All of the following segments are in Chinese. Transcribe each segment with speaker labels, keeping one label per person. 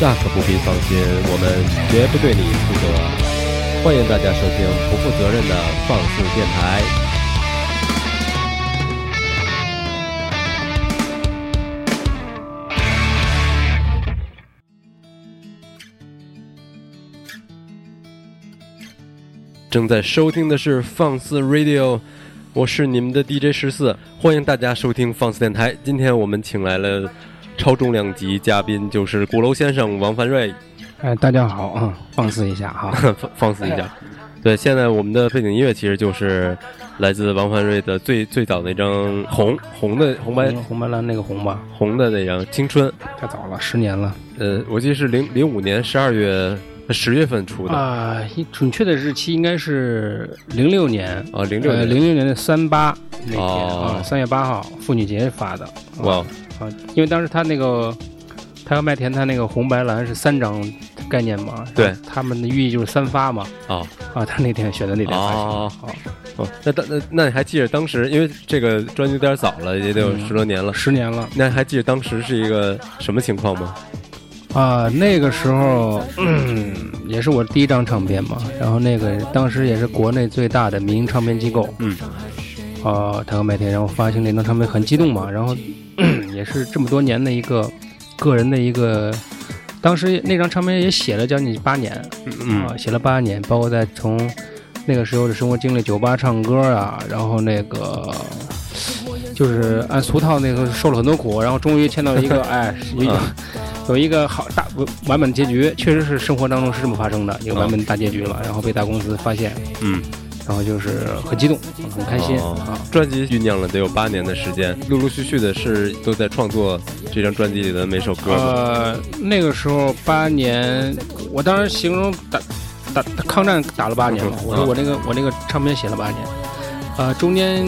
Speaker 1: 那可不必放心，我们绝不对你负责。欢迎大家收听不负责任的放肆电台。正在收听的是放肆 Radio，我是你们的 DJ 十四，欢迎大家收听放肆电台。今天我们请来了超重量级嘉宾，就是鼓楼先生王凡瑞，
Speaker 2: 哎，大家好啊、放肆一下哈。
Speaker 1: 放放肆一下。对，现在我们的背景音乐其实就是来自王凡瑞的最最早那张红红的红白
Speaker 2: 红白蓝那个红吧，
Speaker 1: 红的那张《青春》，
Speaker 2: 太早了，十年了
Speaker 1: 呃，我记得是零零五年十二月呃十月份出的啊，
Speaker 2: 啊、一准确的日期应该是零六年，
Speaker 1: 啊零六
Speaker 2: 呃
Speaker 1: 年
Speaker 2: 零六年的三八那天
Speaker 1: 哦
Speaker 2: 啊，三、月八号妇女节发的
Speaker 1: 哇，
Speaker 2: 啊，因为当时他那个他要麦田，他那个红白蓝是三张概念嘛，
Speaker 1: 对，
Speaker 2: 他们的寓意就是三发嘛，
Speaker 1: 哦
Speaker 2: 啊，他那天选的那天发行。
Speaker 1: 哦
Speaker 2: 啊
Speaker 1: 哦，那当那那你还记得当时，因为这个专辑有点早了，也得有
Speaker 2: 嗯
Speaker 1: 十多年了。
Speaker 2: 十年了
Speaker 1: 那还记得当时是一个什么情况吗？
Speaker 2: 啊、那个时候、嗯、也是我第一张唱片嘛，然后那个当时也是国内最大的民营唱片机构，
Speaker 1: 嗯，
Speaker 2: 啊，台湾麦田，然后发行那张唱片很激动嘛，然后 咳也是这么多年的一个个人的一个，当时那张唱片也写了将近八年，
Speaker 1: 嗯
Speaker 2: 啊，写了八年，包括在从那个时候的生活经历，酒吧唱歌啊，然后那个就是按俗套那个受了很多苦，然后终于签到一 个哎有一个
Speaker 1: 嗯
Speaker 2: 有一个好大完满结局，确实是生活当中是这么发生的一个完满大结局了，然后被大公司发现，
Speaker 1: 嗯，
Speaker 2: 然后就是很激动，很开心、
Speaker 1: 哦
Speaker 2: 啊。
Speaker 1: 专辑酝酿了得有八年的时间，陆陆续续的是都在创作这张专辑里的每首歌吗。
Speaker 2: 呃，那个时候八年，我当时形容打打打抗战打了八年嘛，
Speaker 1: 嗯
Speaker 2: 我说我那个我那个唱片写了八年，呃，中间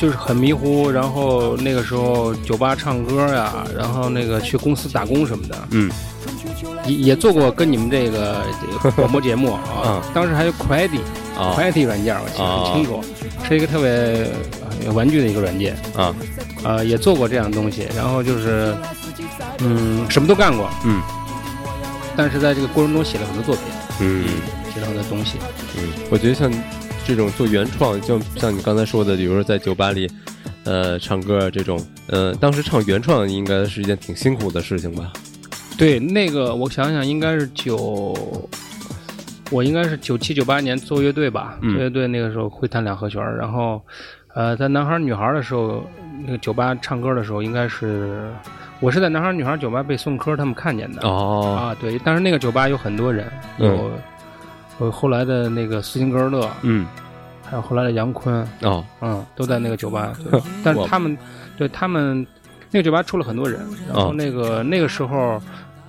Speaker 2: 就是很迷糊，然后那个时候酒吧唱歌呀、然后那个去公司打工什么的，
Speaker 1: 嗯，
Speaker 2: 也也做过跟你们这个这个广播 节目啊，当时还有 Credit
Speaker 1: 啊
Speaker 2: Credit 软件，我记得很清楚，是一个特别呃有玩具的一个软件，
Speaker 1: 啊
Speaker 2: 呃，也做过这样的东西，然后就是，嗯，什么都干过，
Speaker 1: 嗯，
Speaker 2: 但是在这个过程中写了很多作品，
Speaker 1: 嗯
Speaker 2: 写了很多东西，
Speaker 1: 嗯，我觉得像这种做原创，就像你刚才说的，比如说在酒吧里，呃，唱歌这种，呃，当时唱原创应该是一件挺辛苦的事情吧？
Speaker 2: 对，那个我想想，应该是九，我应该是九七九八年做乐队吧，
Speaker 1: 嗯
Speaker 2: 做乐队那个时候会弹两和弦儿，然后，呃，在男孩儿女孩儿的时候，那个酒吧唱歌的时候，应该是我是在男孩儿女孩儿酒吧被宋柯他们看见的，
Speaker 1: 哦，
Speaker 2: 啊，对，但是那个酒吧有很多人，有、
Speaker 1: 嗯
Speaker 2: 有后来的那个斯琴格尔勒，
Speaker 1: 嗯，
Speaker 2: 还有后来的杨坤，
Speaker 1: 哦，
Speaker 2: 嗯，都在那个酒吧。对但是他们，对他们那个酒吧出了很多人，然后
Speaker 1: 哦
Speaker 2: 那个、那个时候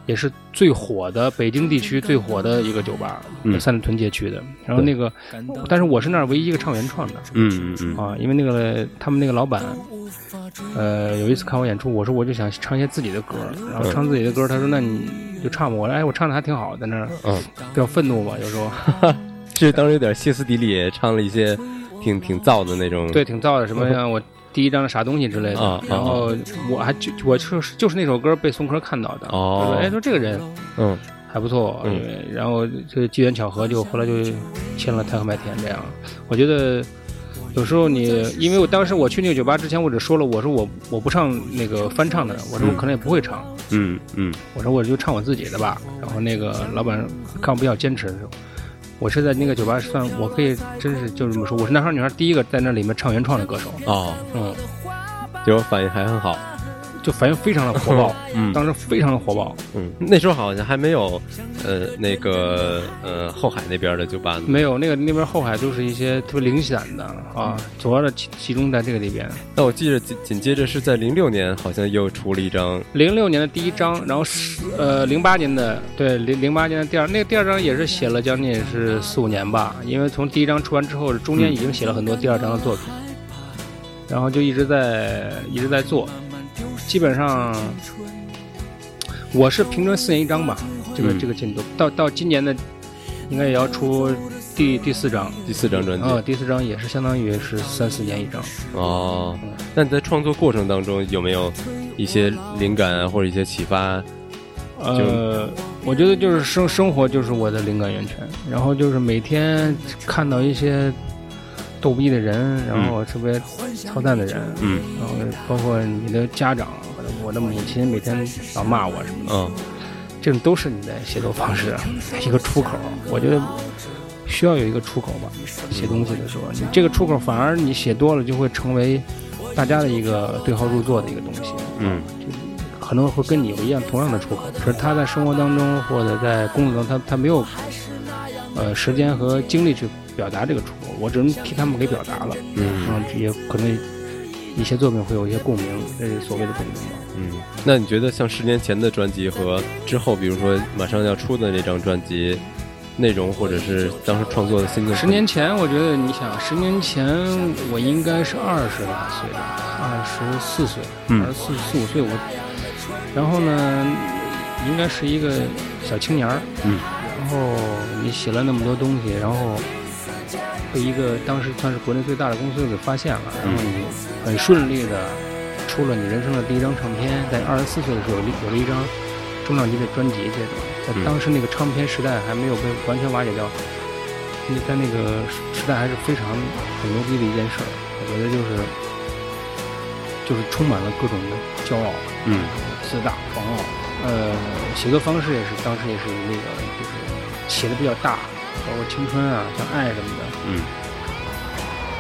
Speaker 2: 也是最火的北京地区最火的一个酒吧，
Speaker 1: 嗯
Speaker 2: 三里屯街区的。然后那个，但是我是那儿唯一一个唱原创的。
Speaker 1: 嗯嗯嗯，
Speaker 2: 啊，因为那个他们那个老板，呃，有一次看我演出，我说我就想唱一些自己的歌儿，然
Speaker 1: 嗯
Speaker 2: 后唱自己的歌儿，他说那你就唱吧，我说哎，我唱的还挺好，在那儿
Speaker 1: 嗯
Speaker 2: 比较愤怒吧，有时候
Speaker 1: 这当时有点歇斯底里，唱了一些挺挺燥的那种。
Speaker 2: 对，挺燥的，什么像我第一张的啥东西之类
Speaker 1: 嗯啊
Speaker 2: 的
Speaker 1: 啊，
Speaker 2: 然后我还就我就是就是那首歌被宋柯看到的，他
Speaker 1: 哦
Speaker 2: 说，哎，说这个人
Speaker 1: 嗯，
Speaker 2: 还不错，
Speaker 1: 嗯
Speaker 2: 对然后这机缘巧合就后来就签了太和麦田这样。我觉得有时候你，因为我当时我去那个酒吧之前，我只说了，我说我我不唱那个翻唱的，我说我可能也不会唱，
Speaker 1: 嗯嗯
Speaker 2: 我说我就唱我自己的吧。然后那个老板看我比较坚持，我是在那个酒吧算我可以真是就这么说，我是男孩女孩第一个在那里面唱原创的歌手，
Speaker 1: 哦，
Speaker 2: 嗯，
Speaker 1: 结果反应还很好。
Speaker 2: 就反应非常的火爆，
Speaker 1: 嗯
Speaker 2: 当时非常的火爆，
Speaker 1: 嗯，那时候好像还没有，呃，那个呃后海那边的酒吧呢。
Speaker 2: 没有，那个那边后海就是一些特别零散的啊，主要的集集中在这个里边。
Speaker 1: 那我记着紧紧接着是在零六年，好像又出了一张
Speaker 2: 零六年的第一张，然后是呃零八年的对零呃零八年的第二，那个第二张也是写了将近是四五年吧，因为从第一张出完之后，中间已经写了很多第二张的作品，然后就一直在一直在做，基本上我是平均四年一张吧，这个、
Speaker 1: 嗯
Speaker 2: 这个进度到到今年的应该也要出第第四张。
Speaker 1: 第四张专辑。
Speaker 2: 啊、第四张也是相当于是三四年一张。
Speaker 1: 哦，那你在创作过程当中有没有一些灵感啊，或者一些启发？
Speaker 2: 呃，我觉得就是生生活就是我的灵感源泉，然后就是每天看到一些逗逼的人，然后特别操蛋的人，
Speaker 1: 嗯
Speaker 2: 然后包括你的家长，我的母亲每天老骂我什么的，
Speaker 1: 嗯
Speaker 2: 这种都是你的写作方式，一个出口。我觉得需要有一个出口吧，写东西的时候，你这个出口反而你写多了就会成为大家的一个对号入座的一个东西。
Speaker 1: 嗯
Speaker 2: 可能会跟你有一样同样的出口，可是他在生活当中或者在工作当中，他他没有呃时间和精力去表达这个出口，我只能替他们给表达了，
Speaker 1: 嗯
Speaker 2: 然后也可能一些作品会有一些共鸣，这是所谓的共鸣吧。
Speaker 1: 嗯。那你觉得像十年前的专辑和之后，比如说马上要出的那张专辑，内容或者是当时创作的心境？
Speaker 2: 十年前，我觉得你想，十年前我应该是二十来岁吧，二十四岁，
Speaker 1: 嗯
Speaker 2: 二十四四五岁我，然后呢，应该是一个小青年儿，
Speaker 1: 嗯，
Speaker 2: 然后你写了那么多东西，然后被一个当时算是国内最大的公司给发现了，然后
Speaker 1: 嗯
Speaker 2: 你很顺利的出了你人生的第一张唱片，在二十四岁的时候有了一张重量级的专辑，这种
Speaker 1: 嗯
Speaker 2: 在当时那个唱片时代还没有被完全瓦解掉，那在那个时代还是非常很牛逼的一件事儿，我觉得就是就是充满了各种的骄傲。
Speaker 1: 嗯
Speaker 2: 自大狂傲。呃，写作方式也是当时也是那个就是写的比较大，包括青春啊，像爱什么的，
Speaker 1: 嗯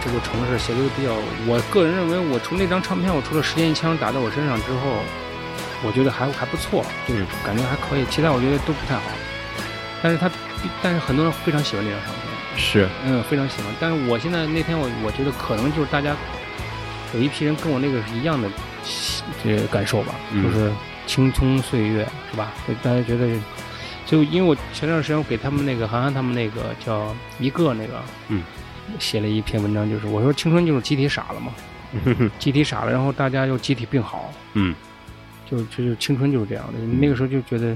Speaker 2: 这个城市写的比较。我个人认为，我除那张唱片，我除了时间一枪打在我身上之后，我觉得还还不错，就是
Speaker 1: 嗯
Speaker 2: 感觉还可以。其他我觉得都不太好，但是他但是很多人非常喜欢这张唱片。
Speaker 1: 是
Speaker 2: 嗯，非常喜欢。但是我现在那天我我觉得可能就是大家有一批人跟我那个是一样的这个感受吧，
Speaker 1: 嗯
Speaker 2: 就是青葱岁月是吧？就大家觉得，就因为我前段时间我给他们那个韩寒他们那个叫一个那个
Speaker 1: 嗯。
Speaker 2: 写了一篇文章，就是我说青春就是集体傻了嘛，集体傻了，然后大家又集体病好，
Speaker 1: 嗯
Speaker 2: 就就是青春就是这样的。那个时候就觉得，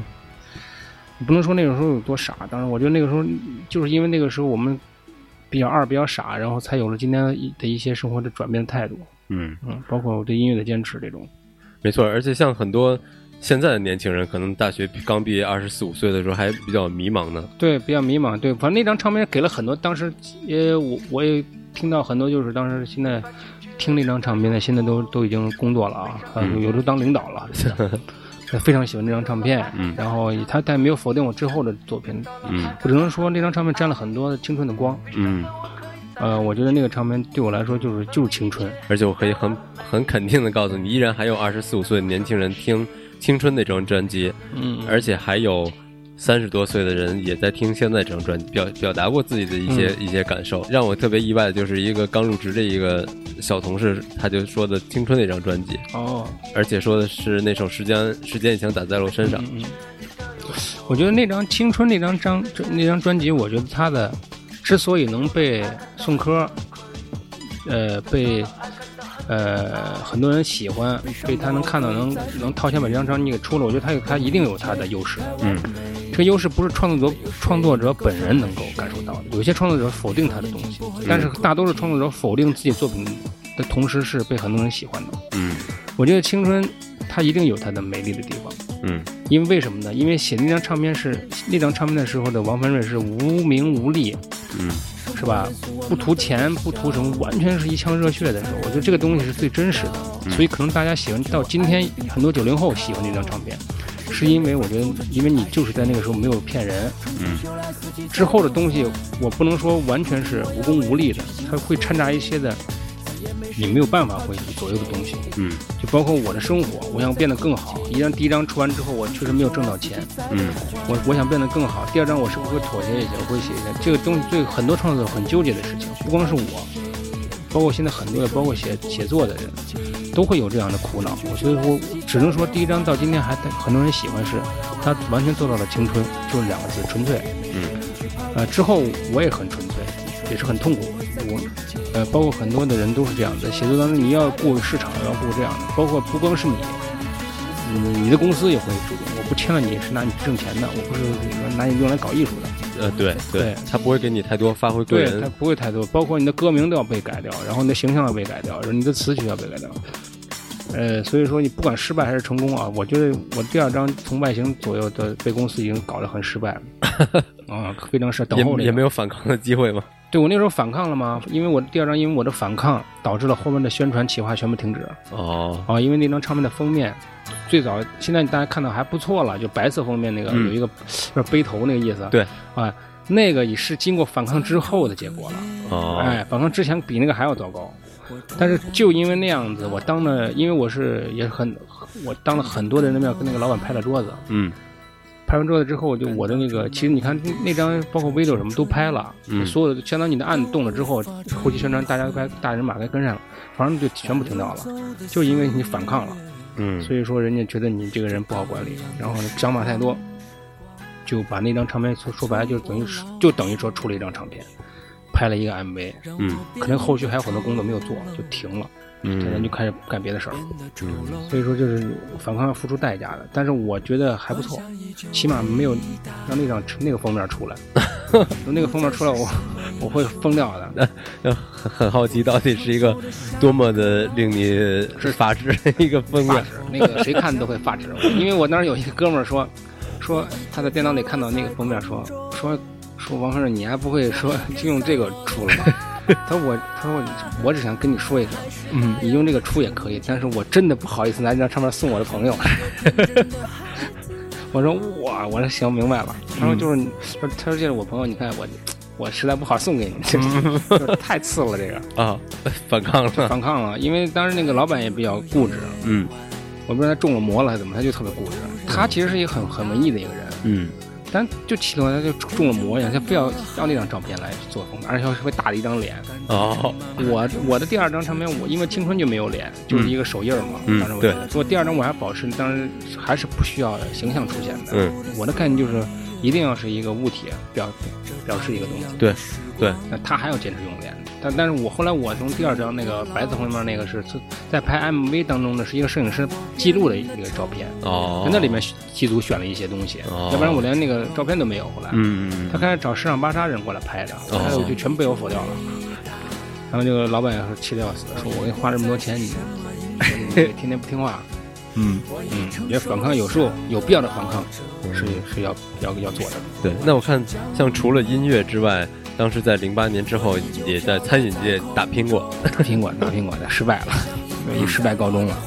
Speaker 2: 你不能说那个时候有多傻，当然我觉得那个时候就是因为那个时候我们比较二、比较傻，然后才有了今天的一些生活的转变态度，
Speaker 1: 嗯。
Speaker 2: 嗯，包括我对音乐的坚持这种。
Speaker 1: 没错，而且像很多现在的年轻人，可能大学刚毕业二十四五岁的时候还比较迷茫呢。
Speaker 2: 对，比较迷茫。对，反正那张唱片给了很多，当时也我我也听到很多，就是当时现在听那张唱片的，现在都都已经工作了啊，呃
Speaker 1: 嗯
Speaker 2: 有的当领导了，非常喜欢这张唱片。
Speaker 1: 嗯
Speaker 2: 然后他但没有否定我之后的作品，
Speaker 1: 嗯
Speaker 2: 我只能说那张唱片沾了很多青春的光。
Speaker 1: 嗯，
Speaker 2: 呃，我觉得那个唱片对我来说就是就是青春。
Speaker 1: 而且我可以很很肯定的告诉你，依然还有二十四五岁的年轻人听《青春》那张专辑，
Speaker 2: 嗯
Speaker 1: 而且还有三十多岁的人也在听现在这张专辑，表表达过自己的一些、
Speaker 2: 嗯
Speaker 1: 一些感受。让我特别意外的就是一个刚入职的一个小同事，他就说的《青春》那张专辑，
Speaker 2: 哦，
Speaker 1: 而且说的是那首《时间时间已经打在了我身上》。
Speaker 2: 嗯嗯。我觉得那张《青春》那张张那张专辑，我觉得他的之所以能被宋柯，呃，被呃很多人喜欢，被他能看到能能掏钱把这张专辑给出了，我觉得他有他一定有他的优势。
Speaker 1: 嗯
Speaker 2: 这个优势不是创作者创作者本人能够感受到的，有些创作者否定他的东西，但是大多数创作者否定自己作品的同时是被很多人喜欢的。
Speaker 1: 嗯
Speaker 2: 我觉得青春它一定有它的美丽的地方，
Speaker 1: 嗯
Speaker 2: 因为为什么呢？因为写那张唱片是那张唱片的时候的王凡瑞是无名无利，
Speaker 1: 嗯
Speaker 2: 是吧？不图钱，不图什么，完全是一腔热血的时候。我觉得这个东西是最真实
Speaker 1: 嗯
Speaker 2: 的，所以可能大家喜欢到今天，很多九零后喜欢这张唱片，是因为我觉得，因为你就是在那个时候没有骗人。
Speaker 1: 嗯
Speaker 2: 之后的东西，我不能说完全是无功无利的，它会掺杂一些的你没有办法会左右的东西。
Speaker 1: 嗯
Speaker 2: 就包括我的生活，我想变得更好。一张第一张出完之后，我确实没有挣到钱，
Speaker 1: 嗯。
Speaker 2: 我我想变得更好。第二张我是不是会妥协一下，我会写一下这个东西，对很多创作者很纠结的事情，不光是我，包括现在很多的，包括写写作的人，都会有这样的苦恼。我觉得我只能说，第一张到今天还很多人喜欢是，他完全做到了青春，就是两个字，纯粹。
Speaker 1: 嗯
Speaker 2: 呃，之后我也很纯粹，也是很痛苦。我，呃，包括很多的人都是这样的，写作当中你要顾市场，要顾这样的，包括不光是你，嗯你你的公司也会主动，我不签了你是拿你挣钱的，我不是
Speaker 1: 嗯
Speaker 2: 拿你用来搞艺术的，
Speaker 1: 呃，对
Speaker 2: 对
Speaker 1: 他不会给你太多发挥个
Speaker 2: 它
Speaker 1: 人，
Speaker 2: 不会太多，包括你的歌名都要被改掉，然后你的形象要被改掉，然后你的词曲要被改掉。呃，所以说你不管失败还是成功啊，我觉得我第二张从外形左右的被公司已经搞得很失败了， 啊、非常失败。等后
Speaker 1: 也也没有反抗的机会嘛。
Speaker 2: 对我那时候反抗了嘛，因为我第二张因为我的反抗导致了后面的宣传企划全部停止
Speaker 1: 哦，
Speaker 2: 啊，因为那张唱片的封面最早现在大家看到还不错了，就白色封面那个、
Speaker 1: 嗯
Speaker 2: 有一个有点背头那个意思，
Speaker 1: 对
Speaker 2: 啊，那个也是经过反抗之后的结果了。
Speaker 1: 哦，
Speaker 2: 哎，反正之前比那个还要糟糕。但是就因为那样子，我当了，因为我是也很，我当了很多人的面跟那个老板拍了桌子，
Speaker 1: 嗯
Speaker 2: 拍完桌子之后，就我的那个，其实你看那张包括 video 什么都拍了，
Speaker 1: 嗯
Speaker 2: 所有的相当于你的案动了之后，后期宣传大家该大人马该跟上了，反正就全部停掉了，就因为你反抗了，
Speaker 1: 嗯，
Speaker 2: 所以说人家觉得你这个人不好管理，然后想法太多，就把那张唱片说说白了就等于是就等于说出了一张唱片，拍了一个 MV，
Speaker 1: 嗯
Speaker 2: 可能后续还有很多工作没有做，就停了，
Speaker 1: 嗯
Speaker 2: 这人就开始干别的事儿了。所以说，就是反抗要付出代价的，但是我觉得还不错，起码没有让那张那个封面出来。 那个封面出来我，我会疯掉的。
Speaker 1: 就很很好奇，到底是一个多么的令你发指的一个封
Speaker 2: 发
Speaker 1: 面
Speaker 2: 指，那个谁看都会发指。因为我当时有一个哥们儿说，说他在电脑里看到那个封面说，说说王先生，你还不会说 就用这个出了吗？他说我，他说我，我只想跟你说一声，
Speaker 1: 嗯，
Speaker 2: 你用这个出也可以，但是我真的不好意思拿这张唱片送我的朋友。 我说哇，我说行，明白了。他说就是，他说他说这是我朋友，你看我，我实在不好送给你，就是太次了这个，
Speaker 1: 啊，反抗了，
Speaker 2: 反抗了。因为当时那个老板也比较固执，
Speaker 1: 嗯
Speaker 2: 我不知道他中了魔了还是怎么，他就特别固执。他其实是一个很很文艺的一个人，
Speaker 1: 嗯
Speaker 2: 但就奇怪，他就中了魔一样，他非要要那张照片来做封面，而且还是会打了一张脸。
Speaker 1: 哦，
Speaker 2: 我我的第二张唱片，我因为青春就没有脸，就是一个手印儿嘛。
Speaker 1: 嗯
Speaker 2: 当时我
Speaker 1: 对
Speaker 2: 觉得所以我第二张我还保持，当时还是不需要形象出现的。
Speaker 1: 嗯，
Speaker 2: 我的概念就是一定要是一个物体啊表表示一个东西。
Speaker 1: 对对，
Speaker 2: 那他还要坚持用脸，但但是我后来我从第二张那个白色封面那个是在拍 MV 当中呢，是一个摄影师记录的一个照片。
Speaker 1: 哦，
Speaker 2: 那里面剧组选了一些东西，
Speaker 1: 哦
Speaker 2: 要不然我连那个照片都没有。后来，
Speaker 1: 嗯，
Speaker 2: 他
Speaker 1: 嗯
Speaker 2: 开始找市场巴沙人过来拍的，后来我就全被我否掉了。然后这个老板也是气得要死，说我给你花这么多钱，你你天天不听话，
Speaker 1: 嗯，
Speaker 2: 嗯，也反抗有数，有必要的反抗是是要要要做的。
Speaker 1: 对。那我看，像除了音乐之外，当时在零八年之后，也在餐饮界打拼过。
Speaker 2: 打苹 果，打苹果的失败了，以失败告终了。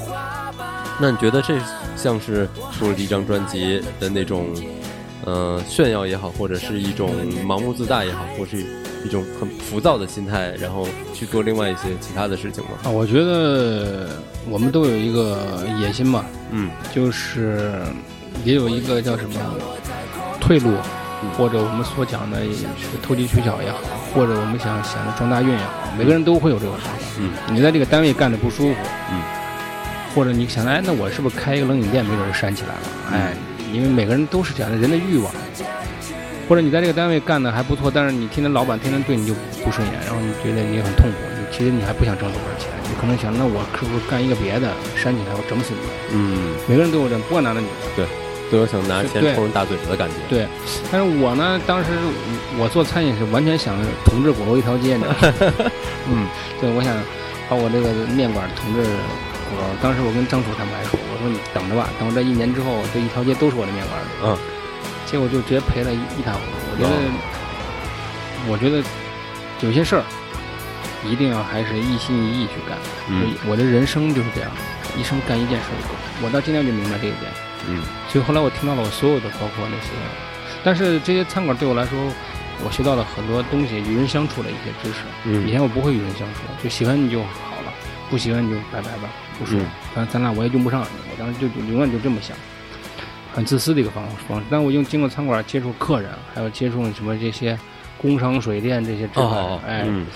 Speaker 1: 那你觉得这像是出了第一张专辑的那种，呃，炫耀也好，或者是一种盲目自大也好，或是一种很浮躁的心态，然后去做另外一些其他的事情吗？
Speaker 2: 啊，我觉得我们都有一个野心吧，
Speaker 1: 嗯
Speaker 2: 就是也有一个叫什么退路，或者我们所讲的也是投机取巧也好，或者我们想想着撞大运也好，每个人都会有这个想法。
Speaker 1: 嗯，
Speaker 2: 你在这个单位干的不舒服，
Speaker 1: 嗯，
Speaker 2: 或者你想着，哎，那我是不是开一个冷饮店，没准就扇起来了？
Speaker 1: 嗯
Speaker 2: 哎，因为每个人都是这样的，人的欲望。或者你在这个单位干的还不错，但是你天天老板天天对你就不顺眼，然后你觉得你很痛苦，你其实你还不想挣多少钱，你可能想，那我是不是干一个别的，扇起来我整死你？
Speaker 1: 嗯，
Speaker 2: 每个人都有这样，不管男的女的。
Speaker 1: 都有想拿钱
Speaker 2: 对
Speaker 1: 抽人大嘴巴的感觉。
Speaker 2: 对但是我呢，当时我我做餐饮是完全想统治鼓楼一条街，你知道吗？ 嗯，对，我想把我这个面馆统治鼓楼。当时我跟张楚他们还说，我说你等着吧，等我这一年之后，这一条街都是我的面馆。
Speaker 1: 嗯，哦
Speaker 2: 结果就直接赔了一一塌糊涂。我觉得，我觉得有些事儿一定要还是一心一意去干。
Speaker 1: 嗯
Speaker 2: 我的人生就是这样，一生干一件事儿就够。我到今天就明白这一点。
Speaker 1: 嗯
Speaker 2: 所以后来我听到了我所有的，包括那些，但是这些餐馆对我来说，我学到了很多东西，与人相处的一些知识。以
Speaker 1: 嗯
Speaker 2: 前我不会与人相处，就喜欢你就好了，不喜欢你就拜拜吧，不说
Speaker 1: 嗯。
Speaker 2: 反正咱俩我也用不上你，我当时就就永远就这么想，很自私的一个方方式。但我用经过餐馆接触客人，还有接触什么这些工商水电这些之外
Speaker 1: 哦，
Speaker 2: 哎，
Speaker 1: 嗯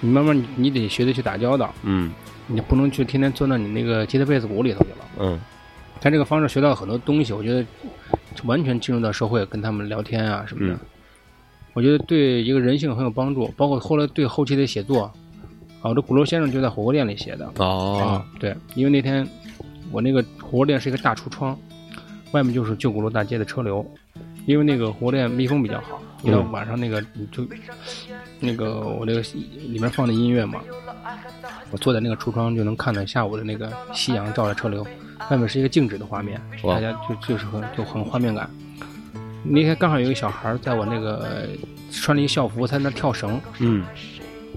Speaker 2: 你慢慢你你得学着去打交道，
Speaker 1: 嗯
Speaker 2: 你不能去天天钻到你那个鸡蛋被子骨里头去了。
Speaker 1: 嗯
Speaker 2: 他这个方式学到很多东西，我觉得完全进入到社会跟他们聊天啊什么的，
Speaker 1: 嗯
Speaker 2: 我觉得对一个人性很有帮助。包括后来对后期的写作，啊，我这鼓楼先生就在火锅店里写的。啊
Speaker 1: 哦，
Speaker 2: 对，因为那天我那个火锅店是一个大橱窗，外面就是旧鼓楼大街的车流，因为那个火锅店密封比较好，一到晚上那个你就那个我这个里面放的音乐嘛，我坐在那个橱窗就能看到下午的那个夕阳照着车流，外面是一个静止的画面，
Speaker 1: 哇
Speaker 2: 大家就就是很就很画面感。那天刚好有一个小孩儿在我那个呃穿了一个校服，他在那跳绳，
Speaker 1: 嗯，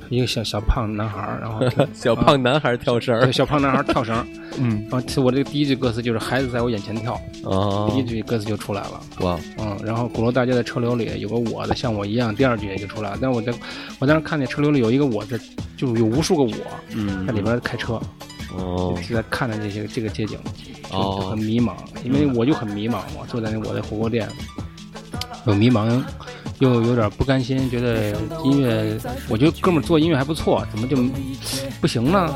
Speaker 2: 一个小小胖男孩儿，然后
Speaker 1: 小胖男孩跳绳儿
Speaker 2: 对，小胖男孩儿跳绳，
Speaker 1: 嗯，
Speaker 2: 然后我这个第一句歌词就是“孩子在我眼前跳”，
Speaker 1: 哦
Speaker 2: 第一，句歌词就出来了。
Speaker 1: 哇，
Speaker 2: 嗯，然后鼓楼大街的车流里有个我的，像我一样，第二句也就出来了。但是我在我当时看见车流里有一个我的，就是有无数个我
Speaker 1: 嗯
Speaker 2: 在里，边开车，
Speaker 1: 哦，
Speaker 2: 是在看着这些这个街景，就
Speaker 1: 哦嗯
Speaker 2: 就很迷茫，因为我就很迷茫，我坐在那我的火锅店，有迷茫，又有点不甘心，觉得音乐，我觉得哥们儿做音乐还不错，怎么就不行呢？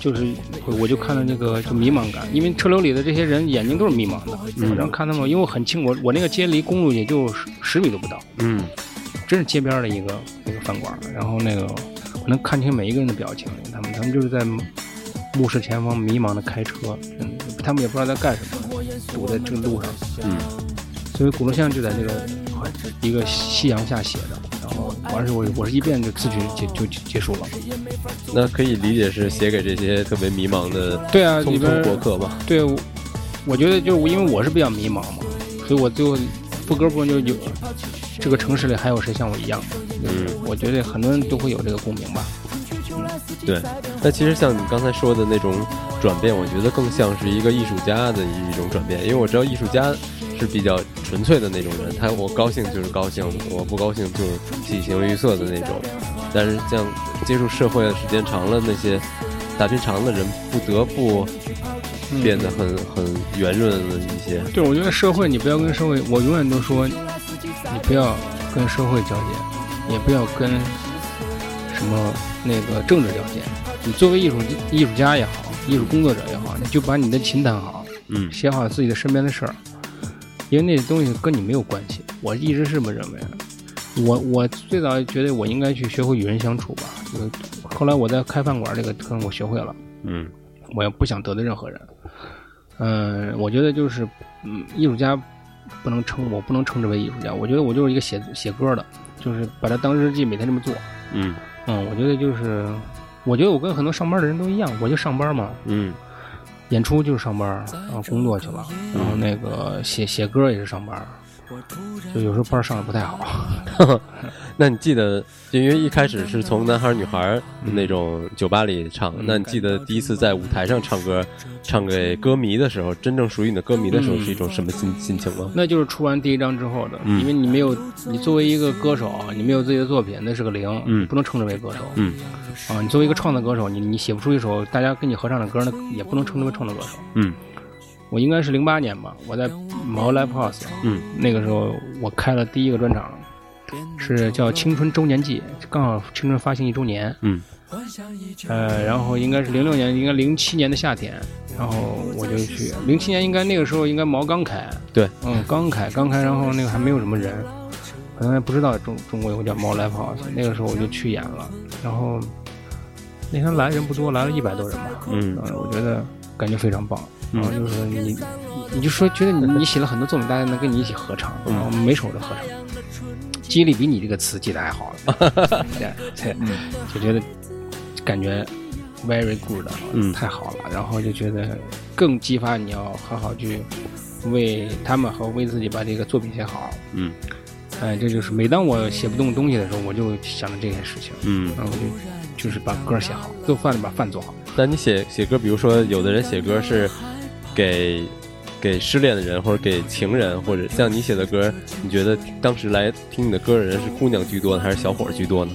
Speaker 2: 就是我我就看到那个就迷茫感，因为车流里的这些人眼睛都是迷茫的，
Speaker 1: 嗯
Speaker 2: 我然后看他们，因为我很清，我我那个街离公路也就十十米都不到，
Speaker 1: 嗯，
Speaker 2: 真是街边儿的一个一个饭馆儿，然后那个我能看清每一个人的表情，他们他们就是在目视前方迷茫的开车，嗯，他们也不知道在干什么，堵在这个路上，
Speaker 1: 嗯，
Speaker 2: 所以《鼓楼巷》就在这个一个夕阳下写的，然后完事我我是一遍就自己结就就结束了，
Speaker 1: 那可以理解是写给这些特别迷茫的
Speaker 2: 对啊，
Speaker 1: 匆
Speaker 2: 里边
Speaker 1: 匆
Speaker 2: 儿
Speaker 1: 过客吧？
Speaker 2: 对，我我觉得就是我因为我是比较迷茫嘛，所以我最后副歌部分就有这个城市里还有谁像我一样，
Speaker 1: 嗯，
Speaker 2: 我觉得很多人都会有这个共鸣吧。
Speaker 1: 对。那其实像你刚才说的那种转变，我觉得更像是一个艺术家的一种转变，因为我知道艺术家是比较纯粹的那种人，他我高兴就是高兴，我不高兴就是喜形于色的那种。但是像接触社会的时间长了，那些打拼长的人不得不变得很很圆润了一些。
Speaker 2: 对，我觉得社会你不要跟社会，我永远都说你不要跟社会交接，也不要跟什么那个政治交接。你作为艺术艺术家也好，艺术工作者也好，你就把你的琴弹好，
Speaker 1: 嗯
Speaker 2: 写好自己的身边的事儿，因为那些东西跟你没有关系。我一直是这么认为的。我我最早觉得我应该去学会与人相处吧，就是后来我在开饭馆这个坑我学会了，
Speaker 1: 嗯
Speaker 2: 我也不想得罪任何人。嗯、我觉得就是，嗯，艺术家不能称我不能称之为艺术家，我觉得我就是一个写写歌的，就是把它当日记，每天这么做。
Speaker 1: 嗯
Speaker 2: 嗯，我觉得就是，我觉得我跟很多上班的人都一样，我就上班嘛，
Speaker 1: 嗯
Speaker 2: 演出就是上班儿，然后工作去了，然后那个写写歌也是上班儿，
Speaker 1: 嗯
Speaker 2: 就有时候班儿上的不太好。
Speaker 1: 那你记得，就因为一开始是从男孩儿女孩儿那种酒吧里唱，那你记得第一次在舞台上唱歌，唱给歌迷的时候，真正属于你的歌迷的时候，
Speaker 2: 嗯
Speaker 1: 是一种什么心心情吗？
Speaker 2: 那就是出完第一张之后的，
Speaker 1: 嗯
Speaker 2: 因为你没有，你作为一个歌手，你没有自己的作品，那是个零，
Speaker 1: 嗯
Speaker 2: 不能称之为歌手。
Speaker 1: 嗯
Speaker 2: 啊，你作为一个创作歌手，你你写不出一首大家跟你合唱的歌，那也不能称之为创作歌手。
Speaker 1: 嗯
Speaker 2: 我应该是零八年吧，我在毛 Live House，
Speaker 1: 嗯，
Speaker 2: 那个时候我开了第一个专场，是叫《青春周年记》，刚好青春发行一周年。
Speaker 1: 嗯
Speaker 2: 呃，然后应该是零六年，应该零七年的夏天，然后我就去。零七年应该那个时候应该毛刚开，
Speaker 1: 对，
Speaker 2: 嗯，刚开刚开，然后那个还没有什么人，可能还不知道中中国有个叫毛 Live House，那个时候我就去演了，然后那天来人不多，来了一百多人吧，
Speaker 1: 嗯
Speaker 2: 嗯，我觉得感觉非常棒。
Speaker 1: 嗯
Speaker 2: 然后就是说你，你就说觉得你你写了很多作品，大家能跟你一起合唱，然后
Speaker 1: 嗯
Speaker 2: 每首都合唱，记忆力比你这个词记得 还好。对 对，嗯就觉得感觉 very good，
Speaker 1: 嗯
Speaker 2: 太好了。然后就觉得更激发你要好好去为他们和为自己把这个作品写好。
Speaker 1: 嗯
Speaker 2: 哎，这就是每当我写不动东西的时候，我就想着这件事情，
Speaker 1: 嗯。
Speaker 2: 然后我就就是把歌写好，做饭把饭做好。
Speaker 1: 那你写写歌，比如说有的人写歌是给给失恋的人，或者给情人，或者像你写的歌，你觉得当时来听你的歌的人是姑娘居多呢，还是小伙儿居多呢？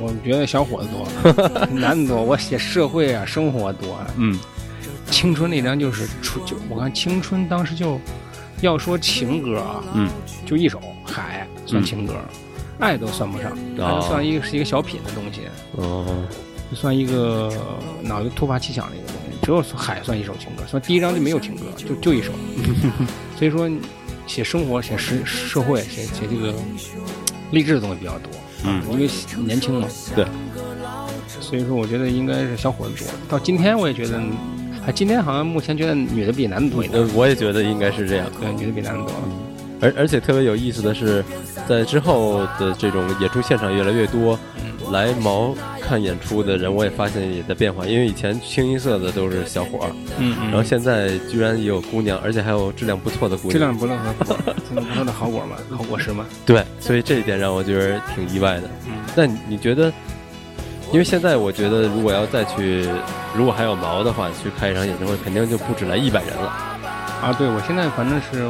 Speaker 2: 我觉得小伙子多，男的多。我写社会啊，生活多啊。
Speaker 1: 嗯
Speaker 2: 青春那张就是出就我看青春当时就要说情歌啊，
Speaker 1: 嗯
Speaker 2: 就一首《海》算情歌，爱都算不上，它就算一个是一个小品的东西，
Speaker 1: 哦
Speaker 2: 就算一个脑子突发奇想的一个东西。只有《海》算一首情歌，算第一张就没有情歌，就就一首。所以说，写生活、写社社会、写写这个励志的东西比较多。
Speaker 1: 嗯
Speaker 2: 因为年轻嘛，
Speaker 1: 对，
Speaker 2: 所以说我觉得应该是小伙子多。到今天我也觉得，哎，今天好像目前觉得女的比男的多一点
Speaker 1: 呃，，我也觉得应该是这样。
Speaker 2: 对，女的比男的多。
Speaker 1: 而而且特别有意思的是，在之后的这种演出现场越来越多，
Speaker 2: 嗯
Speaker 1: 来毛看演出的人我也发现也在变化，因为以前清一色的都是小伙儿，
Speaker 2: 嗯嗯，
Speaker 1: 然后现在居然也有姑娘，而且还有质量不错的姑
Speaker 2: 质
Speaker 1: 娘，
Speaker 2: 量不论和果，质量不论的好果嘛，好果实嘛，
Speaker 1: 对，所以这一点让我觉得挺意外的。
Speaker 2: 嗯，
Speaker 1: 那你你觉得，因为现在我觉得，如果要再去，如果还有毛的话，去开一场演唱会，肯定就不止来一百人了。
Speaker 2: 啊，对我现在反正是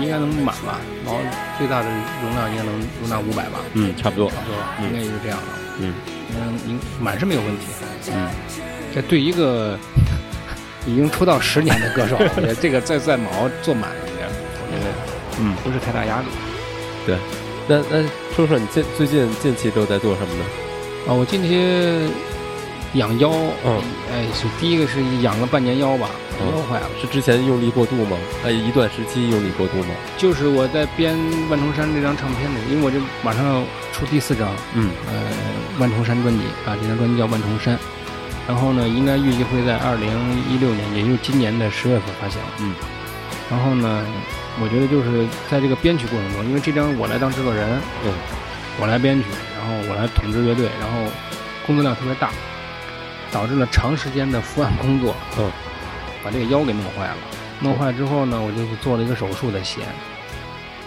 Speaker 2: 应该能满吧，然后最大的容量应该能容纳五百吧，
Speaker 1: 嗯，差不多
Speaker 2: 差。不多吧，
Speaker 1: 嗯
Speaker 2: 应该也是这样的，
Speaker 1: 嗯
Speaker 2: 嗯，应满是没有问题，
Speaker 1: 嗯，
Speaker 2: 这对一个已经出道十年的歌手，我觉得这个再再毛做满一点，我觉得
Speaker 1: 嗯
Speaker 2: 不是太大压力。
Speaker 1: 那那说说你近最近近期都在做什么呢？
Speaker 2: 啊，我近期养腰，
Speaker 1: 嗯，
Speaker 2: 哎，是第一个是养了半年腰吧，
Speaker 1: 嗯
Speaker 2: 腰坏了。
Speaker 1: 是之前用力过度吗？哎，一段时期用力过度吗？
Speaker 2: 就是我在编《万重山》这张唱片的，因为我这马上要出第四张，
Speaker 1: 嗯
Speaker 2: 呃，《万重山》专辑啊，这张专辑叫《万重山》。然后呢，应该预计会在二零一六年，也就是今年的十月份发行。
Speaker 1: 嗯。
Speaker 2: 然后呢，我觉得就是在这个编曲过程中，因为这张我来当制作人，
Speaker 1: 嗯，
Speaker 2: 我来编曲，然后我来统治乐队，然后工作量特别大，导致了长时间的伏案工作，
Speaker 1: 嗯，
Speaker 2: 把这个腰给弄坏了。弄坏之后呢，我就做了一个手术的鞋，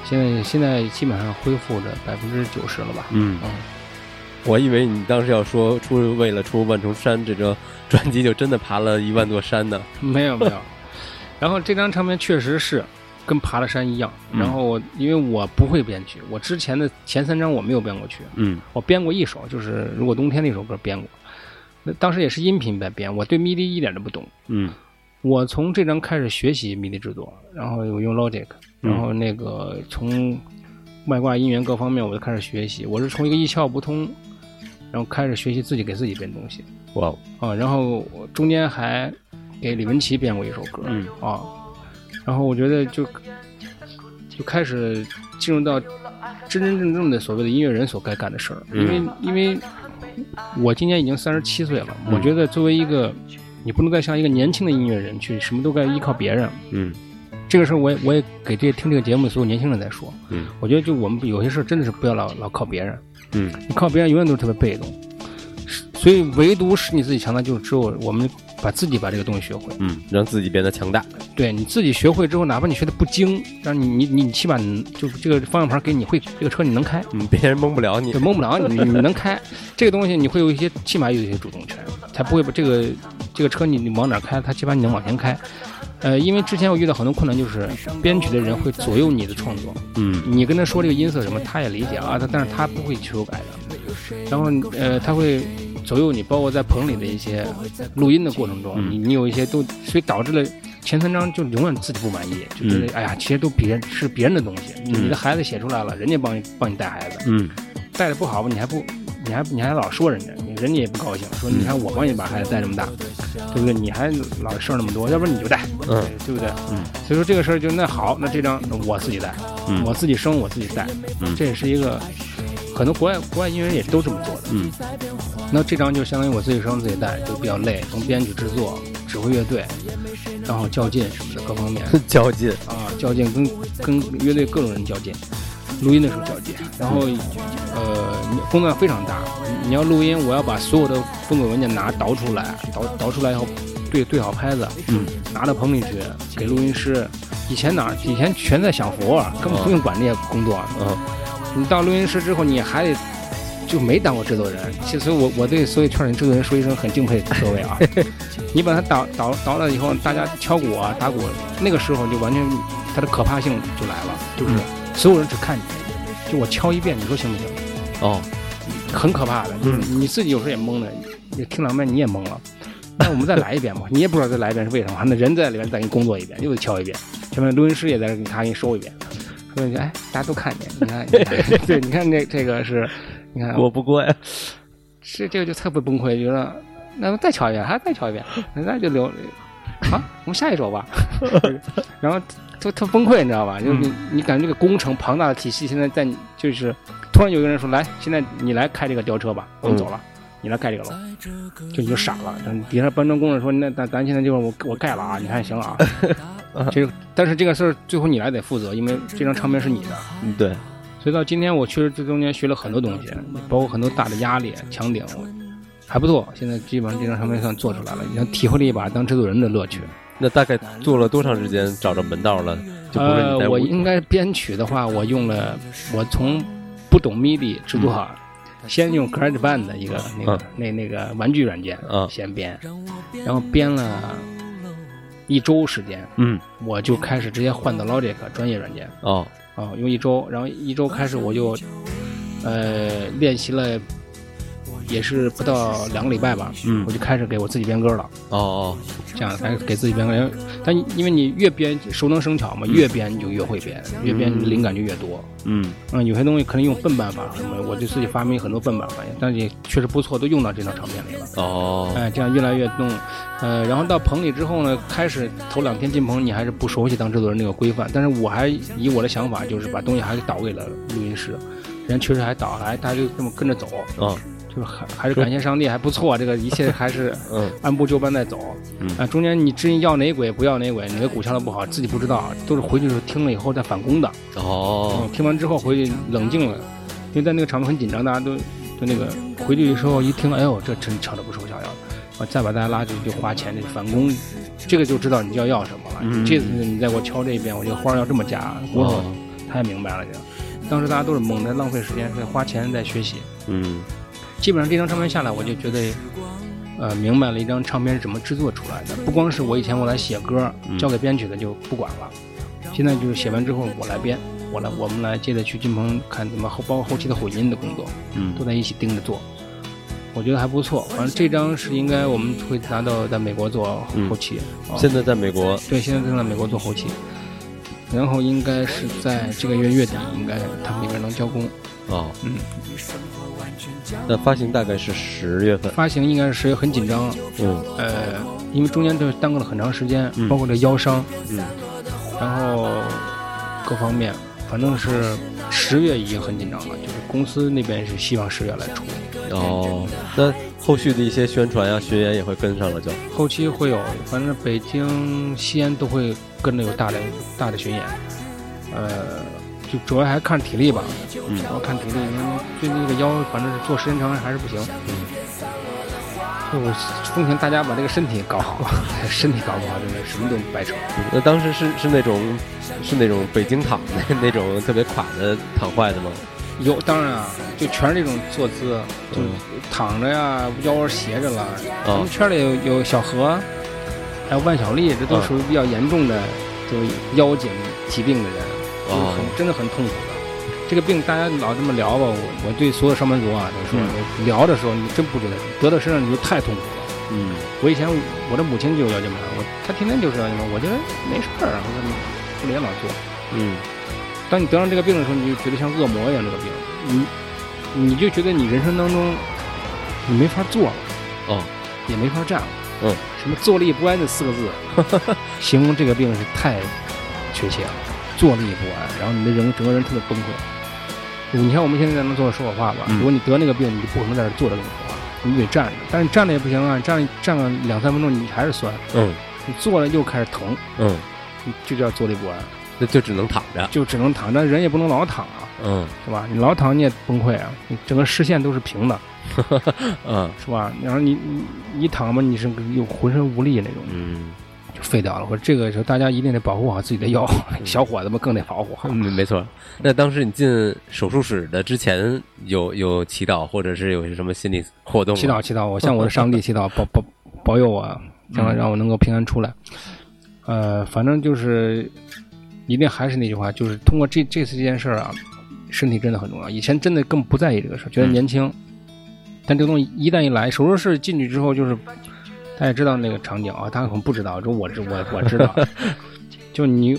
Speaker 2: 现在现在基本上恢复着百分之九十了吧。
Speaker 1: 嗯
Speaker 2: 嗯，
Speaker 1: 我以为你当时要说出为了出《万重山》这张专辑，就真的爬了一万座山呢。
Speaker 2: 没有没有。然后这张唱片确实是跟爬了山一样。
Speaker 1: 嗯
Speaker 2: 然后我因为我不会编曲，我之前的前三张我没有编过曲，
Speaker 1: 嗯
Speaker 2: 我编过一首，就是《如果冬天》那首歌编过。那当时也是音频在编，我对 MIDI 一点都不懂。
Speaker 1: 嗯
Speaker 2: 我从这张开始学习 MIDI 制作，然后我用 Logic，然后那个从外挂音源各方面我就开始学习。我是从一个一窍不通，然后开始学习自己给自己编东西。
Speaker 1: 哇哦，
Speaker 2: 啊，然后我中间还给李文琪编过一首歌，
Speaker 1: 嗯
Speaker 2: 啊，然后我觉得就就开始进入到真真正正的所谓的音乐人所该干的事儿，因为因为我今年已经三十七岁了，我
Speaker 1: 嗯
Speaker 2: 觉得作为一个你不能再像一个年轻的音乐人去什么都该依靠别人，
Speaker 1: 嗯
Speaker 2: 这个事儿我也我也给这听这个节目的所有年轻人在说，
Speaker 1: 嗯
Speaker 2: 我觉得就我们有些事儿真的是不要老老靠别人，
Speaker 1: 嗯
Speaker 2: 你靠别人永远都是特别被动，是所以唯独使你自己强大，就是只有我们把自己把这个东西学会。
Speaker 1: 嗯，让自己变得强大。
Speaker 2: 对，你自己学会之后，哪怕你学的不精，但是你你你你起码你就是这个方向盘给你会，这个车你能开，
Speaker 1: 嗯，别人蒙不了你
Speaker 2: 对，。蒙不了你你能开，这个东西你会有一些，起码有一些主动权，才不会把这个这个车你你往哪儿开，它起码你能往前开。呃，因为之前我遇到很多困难，就是编曲的人会左右你的创作，
Speaker 1: 嗯
Speaker 2: 你跟他说这个音色什么，他也理解啊，他但是他不会修改的。然后呃，他会左右你，包括在棚里的一些录音的过程中，
Speaker 1: 嗯
Speaker 2: 你你有一些都，所以导致了前三章就永远自己不满意，就觉
Speaker 1: 嗯
Speaker 2: 得、哎呀，其实都别人是别人的东西，你的孩子写出来了，人家帮你帮你带孩子，
Speaker 1: 嗯
Speaker 2: 带的不好吧，你还不。你还你还老说人家，人家也不高兴，说你
Speaker 1: 嗯
Speaker 2: 看我帮你把孩子带这么大，对不对？你还老事儿那么多，要不然你就带，
Speaker 1: 嗯
Speaker 2: 对不对？
Speaker 1: 嗯，
Speaker 2: 所以说这个事儿就那好，那这张我自己带，
Speaker 1: 嗯
Speaker 2: 我自己生我自己带，
Speaker 1: 嗯
Speaker 2: 这也是一个可能国外国外音乐人也都这么做的。
Speaker 1: 嗯
Speaker 2: 那这张就相当于我自己生自己带，就比较累，从编曲制作、指挥乐队，然后较劲什么的各方面
Speaker 1: 较劲。
Speaker 2: 啊，较劲跟跟乐队各种人较劲，录音的时候较劲，然后呃你工作量非常大，你你要录音，我要把所有的风格文件拿导出来，导导出来以后对对好拍子，
Speaker 1: 嗯
Speaker 2: 拿到棚里去给录音师。以前哪儿？以前全在享福，根本不用管这些工作。啊
Speaker 1: 嗯
Speaker 2: 你到录音室之后，你还得就没当过制作人。其实我我对所有圈里制作人说一声很敬佩各位 啊。你把他导导导了以后，大家敲鼓啊打鼓，那个时候就完全它的可怕性就来了，就是
Speaker 1: 嗯
Speaker 2: 所有人只看你，就我敲一遍，你说行不行？
Speaker 1: 哦
Speaker 2: 很可怕的，就是你自己有时候也懵的，你听两遍你也懵了。 那我们再来一遍吧，你也不知道再来一遍是为什么，那人在里面再给你工作一遍，又得敲一遍，前面录音师也在这给你咔给你收一遍，说你哎，大家都看见，你看，你看 对，你看这这个是，你看
Speaker 1: 我不过呀。
Speaker 2: 这这个就特别崩溃，觉得那再敲一遍，还再敲一遍，那就留啊，我们下一首吧。 然后特特崩溃，你知道吧？就是你你感觉这个工程庞大的体系现在在你就是突然有一个人说来，现在你来开这个吊车吧，我们走了。你来盖这个楼，就你就傻了。然后底下搬砖工人说：“那那咱现在就我我盖了啊，你看行了啊。”
Speaker 1: 啊
Speaker 2: 这个但是这个事儿最后你来得负责，因为这张唱片是你的。
Speaker 1: 嗯对，
Speaker 2: 所以到今天，我确实这中间学了很多东西，包括很多大的压力、强顶，我还不错。现在基本上这张唱片算做出来了，也算体会了一把当制作人的乐趣。
Speaker 1: 那大概做了多长时间找着门道了？就不是
Speaker 2: 呃
Speaker 1: 你在，
Speaker 2: 我
Speaker 1: 屋
Speaker 2: 应该编曲的话，我用了我从不懂 MIDI 制作，先用 GarageBand 的一个那个、
Speaker 1: 啊
Speaker 2: 那那个玩具软件、
Speaker 1: 啊
Speaker 2: 先编，然后编了一周时间，
Speaker 1: 嗯
Speaker 2: 我就开始直接换到 Logic 专业软件
Speaker 1: 哦
Speaker 2: 啊、用一周，然后一周开始我就呃练习了。也是不到两个礼拜吧，
Speaker 1: 嗯
Speaker 2: 我就开始给我自己编歌了，
Speaker 1: 哦哦，
Speaker 2: 这样才给自己编歌。因为但因为你越编熟能生巧嘛，越编你就越会编，越编你的灵感就越多。
Speaker 1: 嗯
Speaker 2: 嗯，有些东西可能用笨办法什么，我就自己发明很多笨办法，但也确实不错，都用到这张唱片里了。
Speaker 1: 哦
Speaker 2: 哎，这样越来越弄，呃，然后到棚里之后呢，开始头两天进棚，你还是不熟悉当制作人这个规范，但是我还以我的想法，就是把东西还是导给了录音师，人家确实还导，还大家就这么跟着走，
Speaker 1: 哦
Speaker 2: 就是还还是感谢上帝，还不错，这个一切还是
Speaker 1: 嗯
Speaker 2: 按部就班在走。
Speaker 1: 嗯
Speaker 2: 啊，中间你至于要哪鬼不要哪鬼，哪个鼓腔的不好，自己不知道，都是回去的时候听了以后再返工的。
Speaker 1: 哦
Speaker 2: 嗯，听完之后回去冷静了，因为在那个场面很紧张，大家都就那个回去的时候一听，哎呦，这真唱的不是我想要的，我再把大家拉出去就花钱，就返工，这个就知道你要要什么了。
Speaker 1: 嗯
Speaker 2: 这次你再给我敲这一遍，我这个花儿要这么加，我
Speaker 1: 哦
Speaker 2: 太明白了这。当时大家都是猛在浪费时间，在花钱在学习。
Speaker 1: 嗯
Speaker 2: 基本上这张唱片下来，我就觉得，呃，明白了一张唱片是怎么制作出来的。不光是我以前我来写歌
Speaker 1: 嗯，
Speaker 2: 交给编曲的就不管了，现在就是写完之后我来编，我来我们来接着去进棚看怎么后包括后期的混音的工作
Speaker 1: 嗯
Speaker 2: 都在一起盯着做。我觉得还不错，反正这张是应该我们会拿到在美国做
Speaker 1: 嗯
Speaker 2: 后期，啊
Speaker 1: 现在在美国
Speaker 2: 对，现在正在美国做后期，然后应该是在这个月月底，应该他们那边能交工。
Speaker 1: 哦，
Speaker 2: 嗯，
Speaker 1: 那发行大概是十月份，
Speaker 2: 发行应该是十月很紧张，
Speaker 1: 嗯
Speaker 2: 呃，因为中间就是耽搁了很长时间，
Speaker 1: 嗯
Speaker 2: 包括这腰伤，
Speaker 1: 嗯
Speaker 2: 然后各方面，反正是十月已经很紧张了，就是公司那边是希望十月来出，
Speaker 1: 哦，那后续的一些宣传呀、啊巡演也会跟上了就，
Speaker 2: 后期会有，反正北京、西安都会跟着有大的大的巡演，呃，就主要还看体力吧，
Speaker 1: 嗯
Speaker 2: 主要看体力，因为最近这个腰反正是坐时间长了还是不行，就我奉劝大家把这个身体搞好，身体搞不好真的什么都白扯。
Speaker 1: 那当时是是那种是那种北京躺的 那种特别垮的躺坏的吗？
Speaker 2: 有，当然啊，就全是这种坐姿，就是躺着呀，腰斜着了。咱
Speaker 1: 嗯哦
Speaker 2: 们圈里有有小何，还有万小丽，这都
Speaker 1: 嗯
Speaker 2: 属于比较严重的，就是腰颈疾病的人，就是很、
Speaker 1: 哦
Speaker 2: 真的很痛苦的。这个病大家老这么聊吧，我我对所有上班族啊，就是说、
Speaker 1: 嗯
Speaker 2: 我聊的时候，你真不觉得得到身上你就太痛苦了。
Speaker 1: 嗯
Speaker 2: 我以前我的母亲就有腰间盘，我她天天就是腰间盘，我觉得没事儿啊，我怎么不也老做？
Speaker 1: 嗯
Speaker 2: 当你得上这个病的时候，你就觉得像恶魔一样这个病，你你就觉得你人生当中你没法坐了，
Speaker 1: 哦
Speaker 2: 也没法站了，
Speaker 1: 嗯，
Speaker 2: 什么坐立不安这四个字，啊 形容这个病是太确切了，坐立不安，然后你的人整个人特别崩溃。你看我们现在能坐着说会话吧？
Speaker 1: 嗯
Speaker 2: 如果你得那个病，你就不可能在这坐着跟我说话，你得站着。但是站着也不行啊，站着站个两三分钟你还是酸，
Speaker 1: 嗯
Speaker 2: 你坐着又开始疼，
Speaker 1: 嗯，
Speaker 2: 你就叫坐立不安，
Speaker 1: 那就只能躺着。
Speaker 2: 就只能躺。但人也不能老躺啊，
Speaker 1: 嗯
Speaker 2: 是吧？你老躺你也崩溃啊，你整个视线都是平的，
Speaker 1: 嗯
Speaker 2: 是吧？然后你你你躺吧，你是有浑身无力那种，
Speaker 1: 嗯，
Speaker 2: 就废掉了。我这个时候大家一定得保护好自己的腰， 小伙子们更得保护好。
Speaker 1: 嗯没没错。那当时你进手术室的之前有有祈祷，或者是有什么心理活动吗？
Speaker 2: 祈祷祈祷，我向我的上帝祈祷，保保保佑我，将来
Speaker 1: 嗯
Speaker 2: 让我能够平安出来。呃，反正就是，一定还是那句话，就是通过这这次这件事儿啊，身体真的很重要。以前真的更不在意这个事儿，觉得
Speaker 1: 嗯
Speaker 2: 年轻，但这个东西一旦一来，手术室进去之后，就是大家知道那个场景啊，他可能不知道，这我知我 我知道，就你。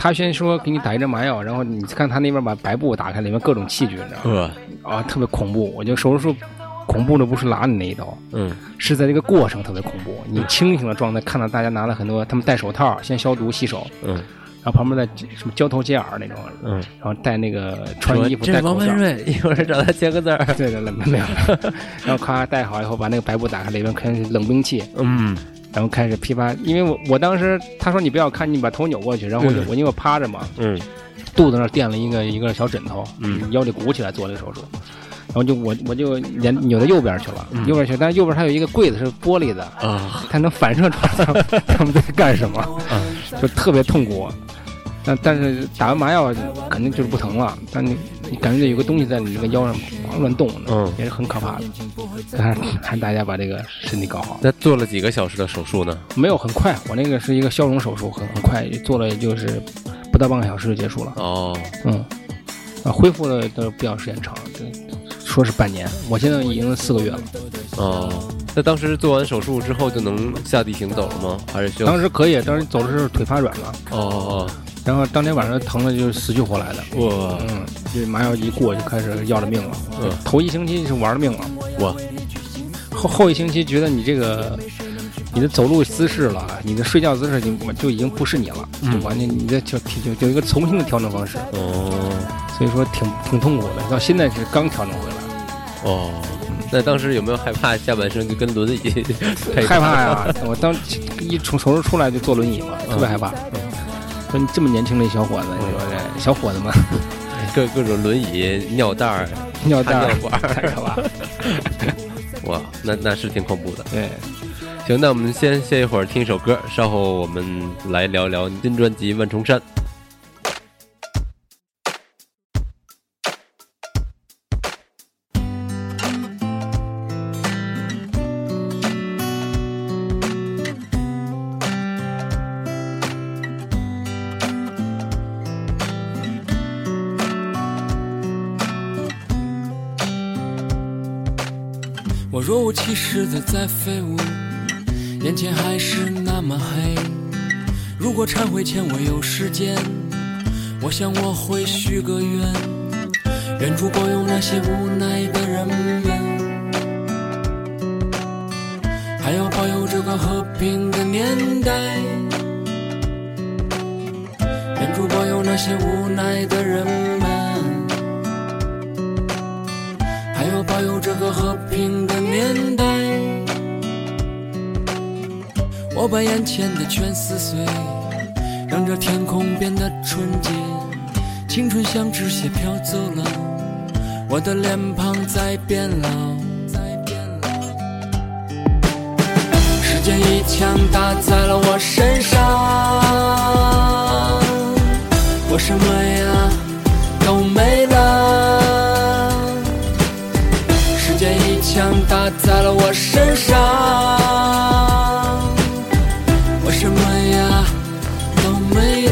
Speaker 2: 他先说给你打一针麻药，然后你看他那边把白布打开，里面各种器具，你知道吗？
Speaker 1: 呃
Speaker 2: 啊，特别恐怖。我觉得手术室恐怖的不是拉你那一刀，
Speaker 1: 嗯
Speaker 2: 是在这个过程特别恐怖。你清醒的状态看到大家拿了很多，他们戴手套先消毒洗手，
Speaker 1: 嗯
Speaker 2: 然后旁边再什么交头接耳那种，
Speaker 1: 嗯，
Speaker 2: 然后戴那个穿衣服
Speaker 1: 这
Speaker 2: 戴
Speaker 1: 是王
Speaker 2: 口罩
Speaker 1: 文。瑞，一会儿找他签个字儿。
Speaker 2: 对对对，没有，然后咔戴好以后，把那个白布打开，里面可能是冷兵器，
Speaker 1: 嗯，
Speaker 2: 把然后开始噼啪，因为我我当时他说你不要看，你把头扭过去，然后我就
Speaker 1: 嗯
Speaker 2: 我因为我趴着嘛，
Speaker 1: 嗯
Speaker 2: 肚子那儿垫了一个一个小枕头，
Speaker 1: 嗯
Speaker 2: 腰得鼓起来做这个手术，然后就我我就连扭到右边去了，
Speaker 1: 嗯
Speaker 2: 右边去，但是右边它有一个柜子是玻璃的，
Speaker 1: 啊，
Speaker 2: 它能反射出来他们他们在干什么，
Speaker 1: 嗯
Speaker 2: 就特别痛苦。但但是打完麻药肯定就是不疼了，但你你感觉有个东西在你这个腰上狂乱动，
Speaker 1: 嗯
Speaker 2: 也是很可怕的。但是还是大家把这个身体搞好，
Speaker 1: 那做了几个小时的手术呢？
Speaker 2: 没有很快，我那个是一个消融手术，很很快做了也就是不到半个小时就结束了。
Speaker 1: 哦，
Speaker 2: 嗯，啊，恢复了的比较时间长，对，说是半年，我现在已经是四个月了。
Speaker 1: 哦，那当时做完手术之后就能下地行走了吗？还是需要？
Speaker 2: 当时可以，当时走的时候腿发软了，
Speaker 1: 哦，
Speaker 2: 然后当天晚上疼的就是死去活来的。
Speaker 1: 我
Speaker 2: 嗯，这麻药一过就开始要了命了。
Speaker 1: 嗯
Speaker 2: 头一星期是玩了命了，
Speaker 1: 我
Speaker 2: 后后一星期觉得你这个你的走路姿势了，你的睡觉姿势就就已经不是你了，就完全你的就就就有一个重新的调整方式，
Speaker 1: 哦
Speaker 2: 所以说挺挺痛苦的。到现在是刚调整回来。
Speaker 1: 哦，那当时有没有害怕下半身就跟轮椅 配
Speaker 2: 害怕呀、我当一从手术出来就坐轮椅嘛，
Speaker 1: 嗯
Speaker 2: 特别害怕。说你这么年轻的一小伙子，你说这小伙 子嘛，
Speaker 1: 各各种轮椅、尿袋儿、
Speaker 2: 尿
Speaker 1: 插
Speaker 2: 袋
Speaker 1: 尿
Speaker 2: 儿
Speaker 1: 管儿，
Speaker 2: 太可怕了。
Speaker 1: 哇，那那是挺恐怖的。
Speaker 2: 对，
Speaker 1: 行，那我们先歇一会儿，听一首歌，稍后我们来聊聊新专辑《万重山》。
Speaker 3: 我若无其事的在飞舞，眼前还是那么黑。如果忏悔前我有时间，我想我会许个愿，愿主包容那些无奈的人们，还要保佑这个和平的年代。愿主保佑那些无奈的人们。还要保佑这个和平的年代。我把眼前的全撕碎，让这天空变得纯洁。青春像纸屑飘走了，我的脸庞在变老。时间一枪打在了我身上，我什么呀都没了。时间一枪打在了我身上，我什么呀都没了。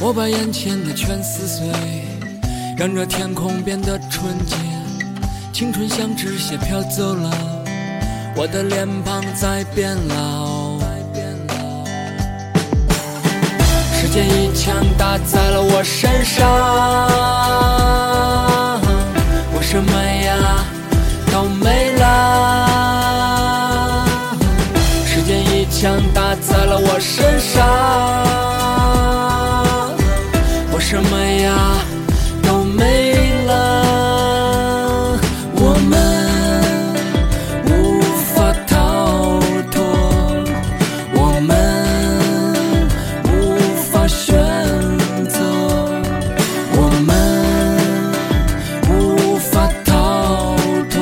Speaker 3: 我把眼前的全撕碎，让这天空变得纯洁。青春像纸屑飘走了，我的脸庞在变老。时间一枪打在了我身上，我什么呀都没了。时间一枪打在了我身上，我什么呀都没了。我们无法逃脱，我们无法选择，我们无法逃脱。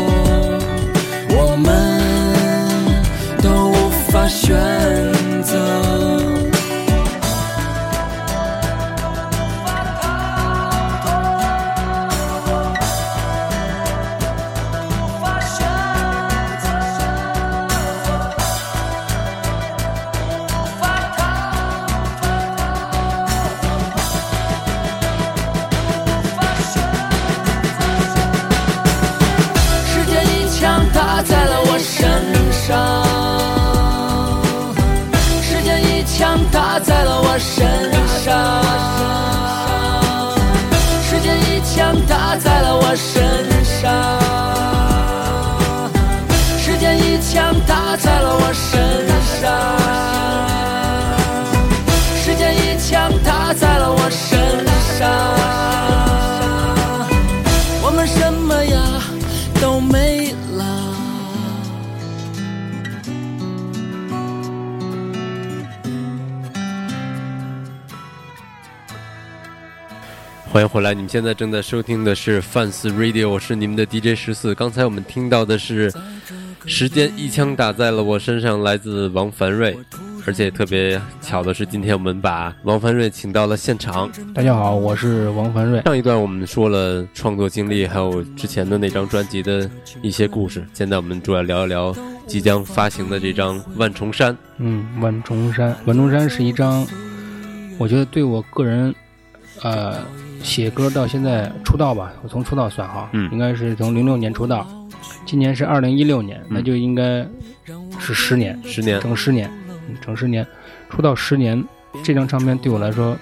Speaker 3: 都没了。
Speaker 1: 欢迎回来，你们现在正在收听的是范四 Radio，我是你们的 DJ 十四。刚才我们听到的是《时间一枪打在了我身上》，来自王凡瑞，而且特别巧的是，今天我们把王凡瑞请到了现场。
Speaker 2: 大家好，我是王凡瑞。
Speaker 1: 上一段我们说了创作经历，还有之前的那张专辑的一些故事，现在我们主要聊一聊即将发行的这张《万重山》。
Speaker 2: 嗯，《万重山》，《万重山》是一张，我觉得对我个人，呃。写歌到现在出道吧，我从出道算哈，
Speaker 1: 嗯
Speaker 2: 应该是从零六年出道，今年是二零一六年，那就应该是十年，
Speaker 1: 嗯十年，
Speaker 2: 整十年，嗯整十年，出道十年，这张唱片对我来说，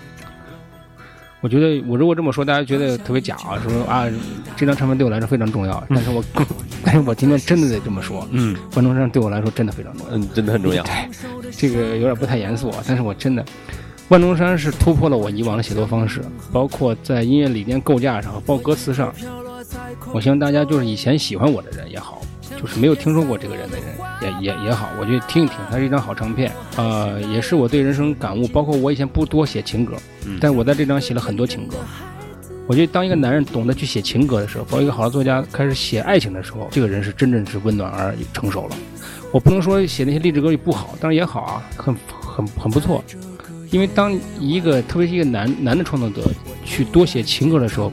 Speaker 2: 我觉得我如果这么说，大家觉得特别假啊，说啊这张唱片对我来说非常重要，但是我， 但是我今天真的得这么说，
Speaker 1: 嗯
Speaker 2: 万能山对我来说真的非常重要。
Speaker 1: 嗯，真的很重要。
Speaker 2: 这个有点不太严肃，啊，但是我真的，万中山是突破了我以往的写作方式，包括在音乐理念构架上，包括歌词上。我希望大家就是以前喜欢我的人也好，就是没有听说过这个人的人也也也好，我觉得听一听，它是一张好唱片，呃，也是我对人生感悟。包括我以前不多写情歌，
Speaker 1: 嗯
Speaker 2: 但我在这张写了很多情歌。我觉得当一个男人懂得去写情歌的时候，包括一个好的作家开始写爱情的时候，这个人是真正是温暖而成熟了。我不能说写那些励志歌也不好，当然也好啊，很很很不错。因为当一个特别是一个男男的创作者去多写情歌的时候，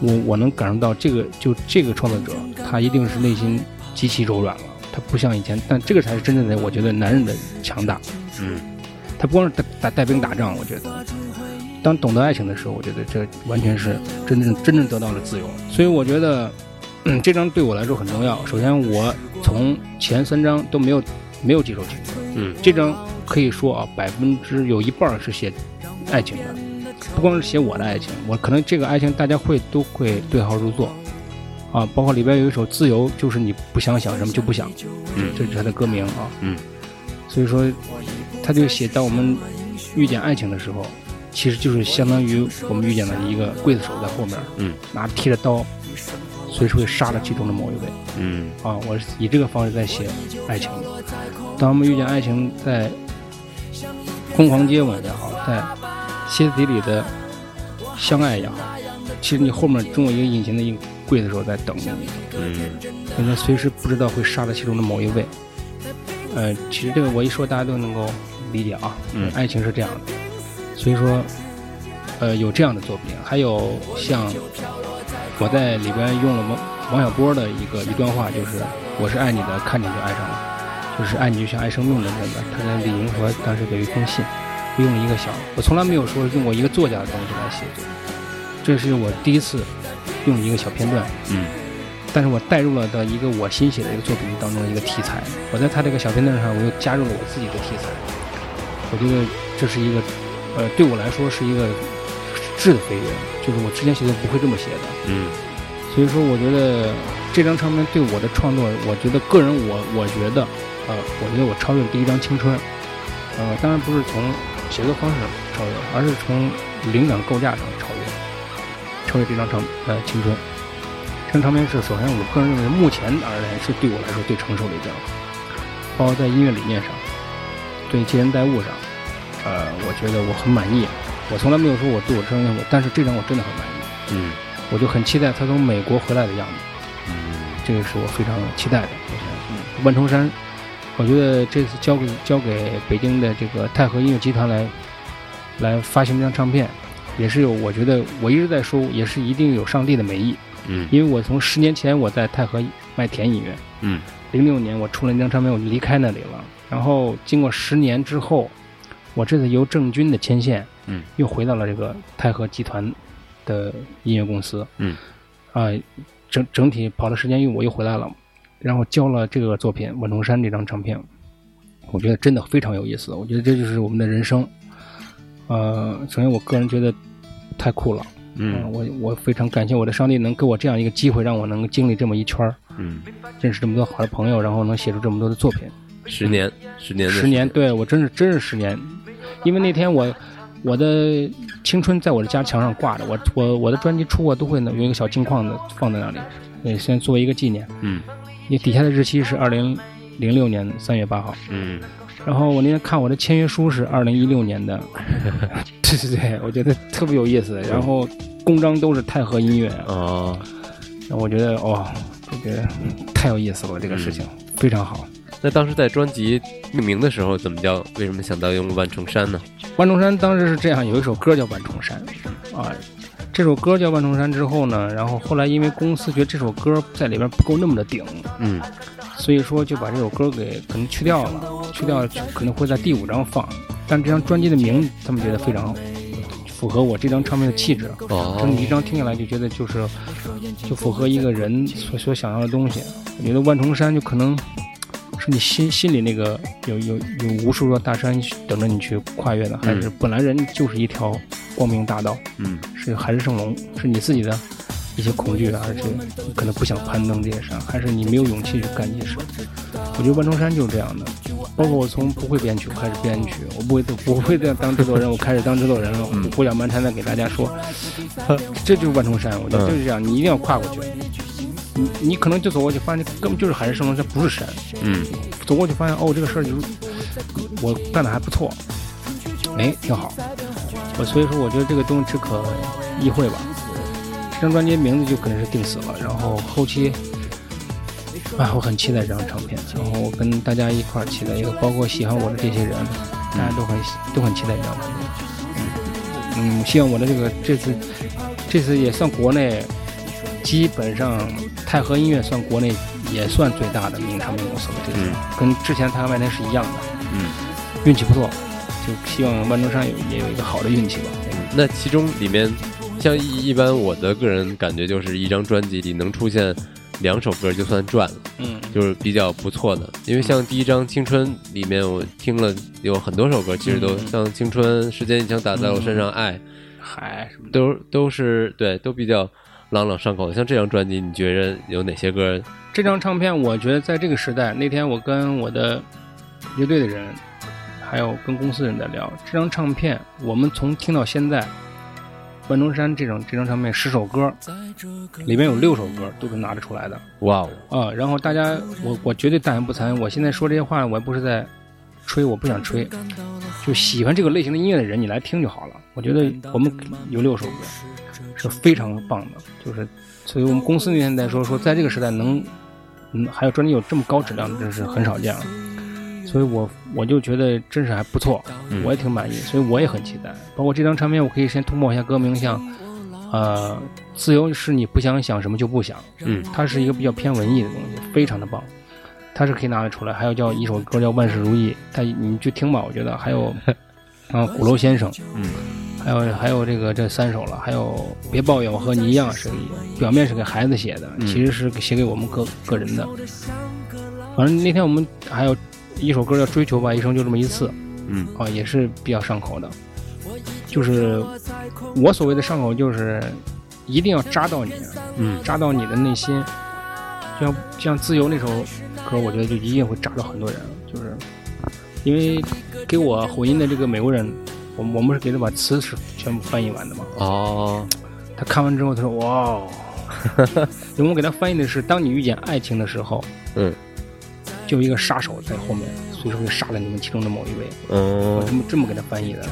Speaker 2: 我我能感受到这个就这个创作者他一定是内心极其柔软了，他不像以前，但这个才是真正的我觉得男人的强大。
Speaker 1: 嗯，
Speaker 2: 他不光是带带带兵打仗，我觉得，当懂得爱情的时候，我觉得这完全是真正真正得到了自由。所以我觉得，嗯，这张对我来说很重要。首先，我从前三张都没有没有几首情歌，
Speaker 1: 嗯
Speaker 2: 这张可以说啊，百分之有一半儿是写爱情的，不光是写我的爱情，我可能这个爱情大家会都会对号入座。啊，包括里边有一首《自由》，就是你不想想什么就不想，
Speaker 1: 嗯
Speaker 2: 这是他的歌名啊。
Speaker 1: 嗯，
Speaker 2: 所以说，他就写当我们遇见爱情的时候，其实就是相当于我们遇见了一个刽子手在后面，
Speaker 1: 嗯，
Speaker 2: 拿剃着刀，随时会杀了其中的某一位。
Speaker 1: 嗯
Speaker 2: 啊，我是以这个方式在写爱情的。当我们遇见爱情，在疯狂接吻也好，在歇斯底里的相爱也好，其实你后面总有一个隐形的一个柜子手在等着你，
Speaker 1: 嗯
Speaker 2: 因为他随时不知道会杀了其中的某一位。呃，其实这个我一说大家都能够理解啊，
Speaker 1: 嗯
Speaker 2: 爱情是这样的，所以说，呃，有这样的作品，还有像我在里边用了王王小波的一个一段话，就是“我是爱你的，看见就爱上了，就是爱你就像爱生命的那个”。他在李银河当时给了一封信，我用了一个小，我从来没有说用过一个作家的东西来写作，这是我第一次用一个小片段，
Speaker 1: 嗯，
Speaker 2: 但是我带入了的一个我新写的一个作品当中的一个题材，我在他这个小片段上，我又加入了我自己的题材，我觉得这是一个，呃，对我来说是一个质的飞跃，就是我之前写的不会这么写的。
Speaker 1: 嗯
Speaker 2: 所以说，我觉得这张唱片对我的创作，我觉得个人我我觉得，呃，我觉得我超越了第一张《青春》，呃，当然不是从写作方式上超越，而是从灵感构架上超越，超越这张唱呃《青春》。这张唱片是首先我个人认为目前而言是对我来说最成熟的一张，包括在音乐理念上，对接人待物上，呃，我觉得我很满意。我从来没有说我对我这张乐，但是这张我真的很满意。
Speaker 1: 嗯
Speaker 2: 我就很期待他从美国回来的样子，
Speaker 1: 嗯
Speaker 2: 这个是我非常期待的。我觉得嗯万重山，我觉得这次交给交给北京的这个太和音乐集团来来发行这张唱片，也是有我觉得我一直在说，也是一定有上帝的美意，
Speaker 1: 嗯
Speaker 2: 因为我从十年前我在太和麦田音乐，
Speaker 1: 嗯
Speaker 2: 零六年我出了那张唱片，我就离开那里了。然后经过十年之后，我这次由郑钧的牵线，
Speaker 1: 嗯，
Speaker 2: 又回到了这个太和集团的音乐公司，
Speaker 1: 嗯，
Speaker 2: 啊、整整体跑了十年，又我又回来了，然后交了这个作品《万重山》这张唱片，我觉得真的非常有意思。我觉得这就是我们的人生。呃，首先我个人觉得太酷了，啊
Speaker 1: 嗯
Speaker 2: 我我非常感谢我的上帝能给我这样一个机会，让我能够经历这么一圈儿。
Speaker 1: 嗯，
Speaker 2: 认识这么多好的朋友，然后能写出这么多的作品。
Speaker 1: 十年十年的
Speaker 2: 十年，，对我真是真是十年，因为那天我我的青春在我的家墙上挂着，我我我的专辑出过都会呢有一个小镜框子放在那里，也先做一个纪念。
Speaker 1: 嗯
Speaker 2: 你底下的日期是二零零六年三月八号，
Speaker 1: 嗯，
Speaker 2: 然后我那天看我的签约书是二零一 六年的，对对对，我觉得特别有意思。然后公章都是太和音乐，
Speaker 1: 哦，
Speaker 2: 然后我觉得哇、这个太有意思了，这个事情、
Speaker 1: 嗯
Speaker 2: 非常好。
Speaker 1: 那当时在专辑命名的时候怎么叫？为什么想到用万重山呢？
Speaker 2: 万重山当时是这样，有一首歌叫《万重山》，啊，这首歌叫《万重山》之后呢，然后后来因为公司觉得这首歌在里边不够那么的顶，
Speaker 1: 嗯
Speaker 2: 所以说就把这首歌给可能去掉了，去掉可能会在第五张放，但这张专辑的名他们觉得非常符合我这张唱片的气质，
Speaker 1: 哦
Speaker 2: 整体一张听下来就觉得就是就符合一个人所所想要的东西。我觉得万重山就可能是你心心里那个有有有无数座大山等着你去跨越的，还是本来人就是一条光明大道，
Speaker 1: 嗯
Speaker 2: 是海市蜃楼，是你自己的一些恐惧啊，还是你可能不想攀登这些山，还是你没有勇气去干这些事。我觉得万重山就是这样的，包括我从不会编曲开始编曲，我不会不会再当制作人，我开始当制作人了，我胡搅蛮缠的给大家说，呵这就是万重山，我觉得
Speaker 1: 嗯
Speaker 2: 就是这样，你一定要跨过去。你你可能就走过去，发现根本就是海市蜃楼，这不是山。
Speaker 1: 嗯
Speaker 2: 走过去发现哦，这个事儿就是我干的还不错，哎，挺好。我所以说，我觉得这个东西只可意会吧。这张专辑名字就可能是定死了，然后后期，啊，我很期待这张唱片，然后我跟大家一块儿期待，也包括喜欢我的这些人，大家都很都很期待这张唱片。嗯，嗯希望我的这个这次这次也算国内，基本上太和音乐算国内也算最大的名唱片公司了，这次、
Speaker 1: 嗯
Speaker 2: 跟之前太和麦田是一样的。
Speaker 1: 嗯，
Speaker 2: 运气不错，就希望万中山有也有一个好的运气吧。
Speaker 1: 那其中里面，像一一般我的个人感觉就是一张专辑里能出现两首歌就算赚了。
Speaker 2: 嗯，
Speaker 1: 就是比较不错的，因为像第一张《青春》里面，我听了有很多首歌，其实都
Speaker 2: 嗯
Speaker 1: 像《青春》《时间一枪打在我身上》《爱
Speaker 2: 海什么》，的，
Speaker 1: 都都是对，都比较朗朗上口的。像这张专辑，你觉着有哪些歌？
Speaker 2: 这张唱片我觉得在这个时代，那天我跟我的乐队的人，还有跟公司人在聊这张唱片，我们从听到现在，万中山这种这张唱片十首歌，里面有六首歌都是拿得出来的
Speaker 1: 哇哦，
Speaker 2: 啊。然后大家，我我绝对大言不惭，我现在说这些话，我也不是在吹，我不想吹，就喜欢这个类型的音乐的人，你来听就好了。我觉得我们有六首歌，是非常棒的，就是所以我们公司那天在说说，在这个时代能，嗯，还有专辑有这么高质量的，真是很少见了。所以我我就觉得真是还不错，
Speaker 1: 嗯
Speaker 2: 我也挺满意，所以我也很期待。包括这张唱片，我可以先通报一下歌名，像呃，自由是你不想想什么就不想，
Speaker 1: 嗯
Speaker 2: 它是一个比较偏文艺的东西，非常的棒，它是可以拿得出来。还有叫一首歌叫《万事如意》，它你就听吧，我觉得 还有啊，鼓楼先生，
Speaker 1: 嗯
Speaker 2: 还有还有这个这三首了，还有别抱怨我和你一样是表面是给孩子写的，
Speaker 1: 嗯
Speaker 2: 其实是写给我们个个人的。反正那天我们还有一首歌叫《追求吧，一生就这么一次》
Speaker 1: 嗯
Speaker 2: 啊，也是比较上口的。就是我所谓的上口，就是一定要扎到你，啊
Speaker 1: 嗯
Speaker 2: 扎到你的内心。就像就像《自由》那首歌，我觉得就一定会扎到很多人，就是因为给我回音的这个美国人，我们我们是给他把词是全部翻译完的嘛。
Speaker 1: 哦，
Speaker 2: 他看完之后，他说：“哇哦！” 因为我们给他翻译的是：“当你遇见爱情的时候，
Speaker 1: 嗯
Speaker 2: 就有一个杀手在后面，随时会杀了你们其中的某一位。”我这
Speaker 1: 嗯
Speaker 2: 么这么给他翻译的，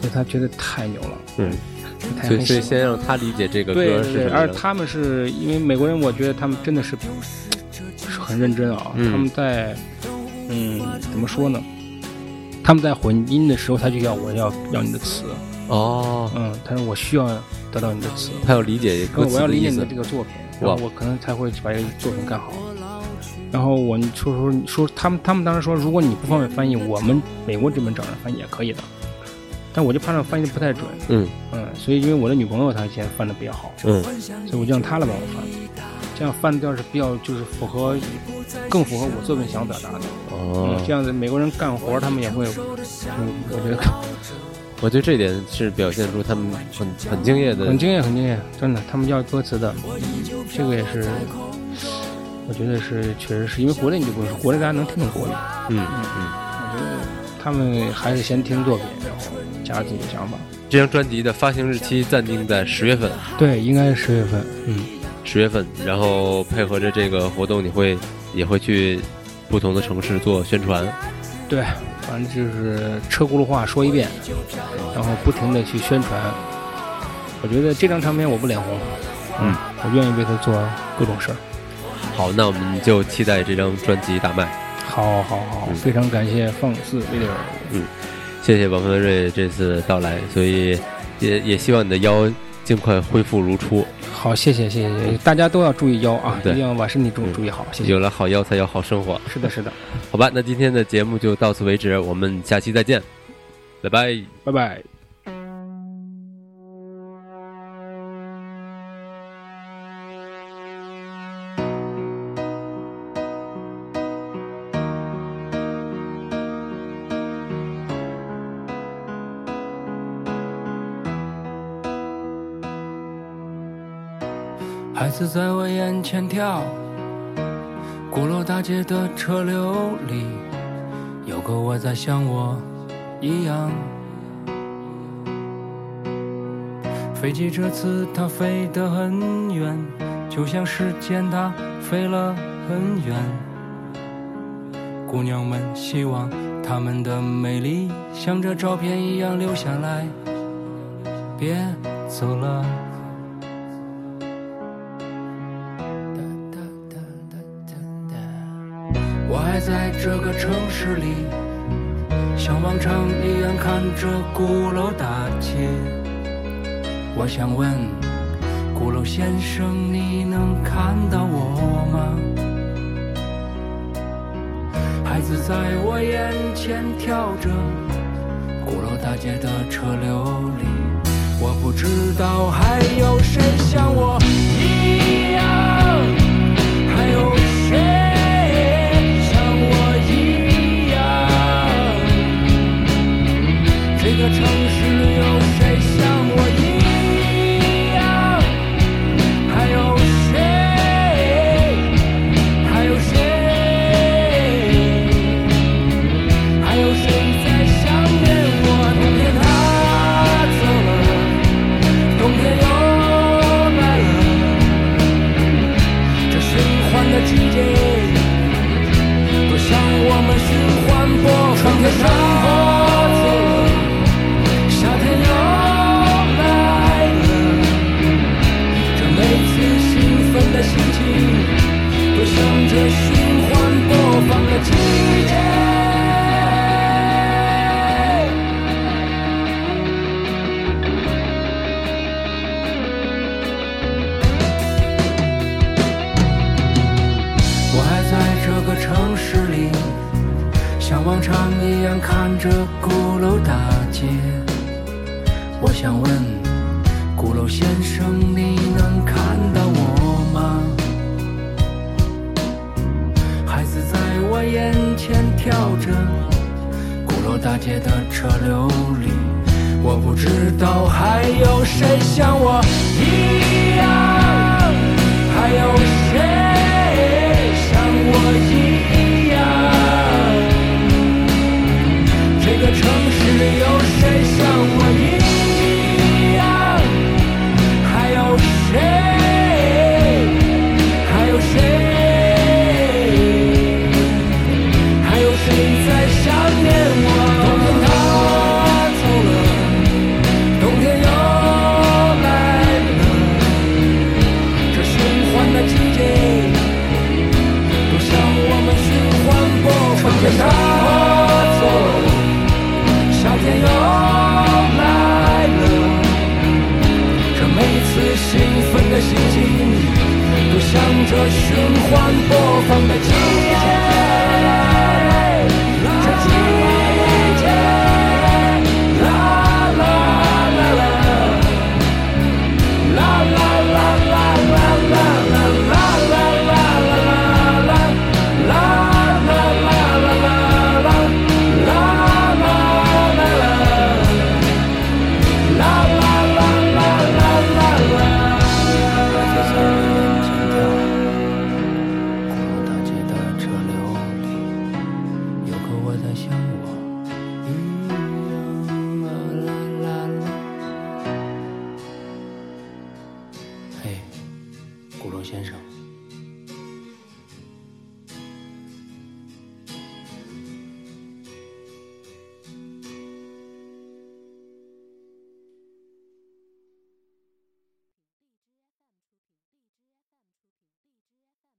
Speaker 2: 所以他觉得太牛了，
Speaker 1: 嗯，
Speaker 2: 太
Speaker 1: 所以
Speaker 2: 很
Speaker 1: 所以
Speaker 2: 喜
Speaker 1: 先让他理解这个
Speaker 2: 对
Speaker 1: 歌
Speaker 2: 对
Speaker 1: 是
Speaker 2: 对，
Speaker 1: 什
Speaker 2: 而
Speaker 1: 么。
Speaker 2: 他们是因为美国人，我觉得他们真的是是很认真啊，
Speaker 1: 嗯
Speaker 2: 他们在嗯怎么说呢？他们在混音的时候，他就要我要要你的词，
Speaker 1: 哦，
Speaker 2: 嗯，他说我需要得到你的词，
Speaker 1: 他要理解歌
Speaker 2: 然
Speaker 1: 词
Speaker 2: 嗯后我要
Speaker 1: 的
Speaker 2: 理解
Speaker 1: 意
Speaker 2: 你的
Speaker 1: 思
Speaker 2: 这。个作品，
Speaker 1: 哇
Speaker 2: 然后我可能才会把这个作品干好。然后我说说说他们他们当时说，如果你不方便翻译，我们美国这边找人翻译也可以的。但我就怕那翻译的不太准，
Speaker 1: 嗯
Speaker 2: 嗯，所以因为我的女朋友她现在翻的比较好，
Speaker 1: 嗯
Speaker 2: 所以我就让她来帮我翻，这样翻的调是比较就是符合，更符合我作品想表达的。嗯，这
Speaker 1: 哦，
Speaker 2: 样子美国人干活他们也会，就是我觉得
Speaker 1: 我觉得这点是表现出他们很很敬业的
Speaker 2: 很敬业，很敬业，真的，他们要歌词的，这个也是，我觉得是确实是因为国内你就不是国内大家能听懂国语，
Speaker 1: 嗯。
Speaker 2: 我觉得他们还是先听作品，然后加上自己的想法。
Speaker 1: 这张专辑的发行日期暂定在十月份。
Speaker 2: 对，应该是十月份，嗯，
Speaker 1: 十月份，然后配合着这个活动，你会也会去不同的城市做宣传。
Speaker 2: 对，反正就是车轱辘话说一遍，然后不停的去宣传。我觉得这张唱片我不脸红，
Speaker 1: 嗯，
Speaker 2: 我愿意为它做各种事儿。
Speaker 1: 好，那我们就期待这张专辑大卖。
Speaker 2: 好好好，
Speaker 1: 嗯
Speaker 2: 非常感谢放肆 video。
Speaker 1: 谢谢王文瑞这次到来，所以也也希望你的腰尽快恢复如初，
Speaker 2: 好，谢谢谢谢谢谢，大家都要注意腰啊，
Speaker 1: 对
Speaker 2: 一定要把身体注
Speaker 1: 嗯
Speaker 2: 注意好，谢谢。
Speaker 1: 有了好腰才有好生活。
Speaker 2: 是的，是的，
Speaker 1: 好吧，那今天的节目就到此为止，我们下期再见，拜拜。
Speaker 2: 拜拜。
Speaker 3: 孩子在我眼前跳，鼓楼大街的车流里，有个我在像我一样。飞机这次它飞得很远，就像时间它飞了很远。姑娘们希望她们的美丽像这照片一样留下来，别走了。我还在这个城市里，像往常一样看着鼓楼大街。我想问，鼓楼先生，你能看到我吗？孩子在我眼前跳着，鼓楼大街的车流里，我不知道还有谁像我一样。还有谁像我一样？这个城市有谁像我一样？还有谁？还有谁？还有谁在想念我？冬天他走了，冬天又来了。这循环的季节，多像我们循环播放的生活。夏天又来了，这每次兴奋的心情，多像这循环播放的季节。我还在这个城市里，像往常一样看着鼓楼大街。我想问，鼓楼先生，你能看到我吗？孩子在我眼前跳着，鼓楼大街的车流里，我不知道还有谁像我一样，还有谁？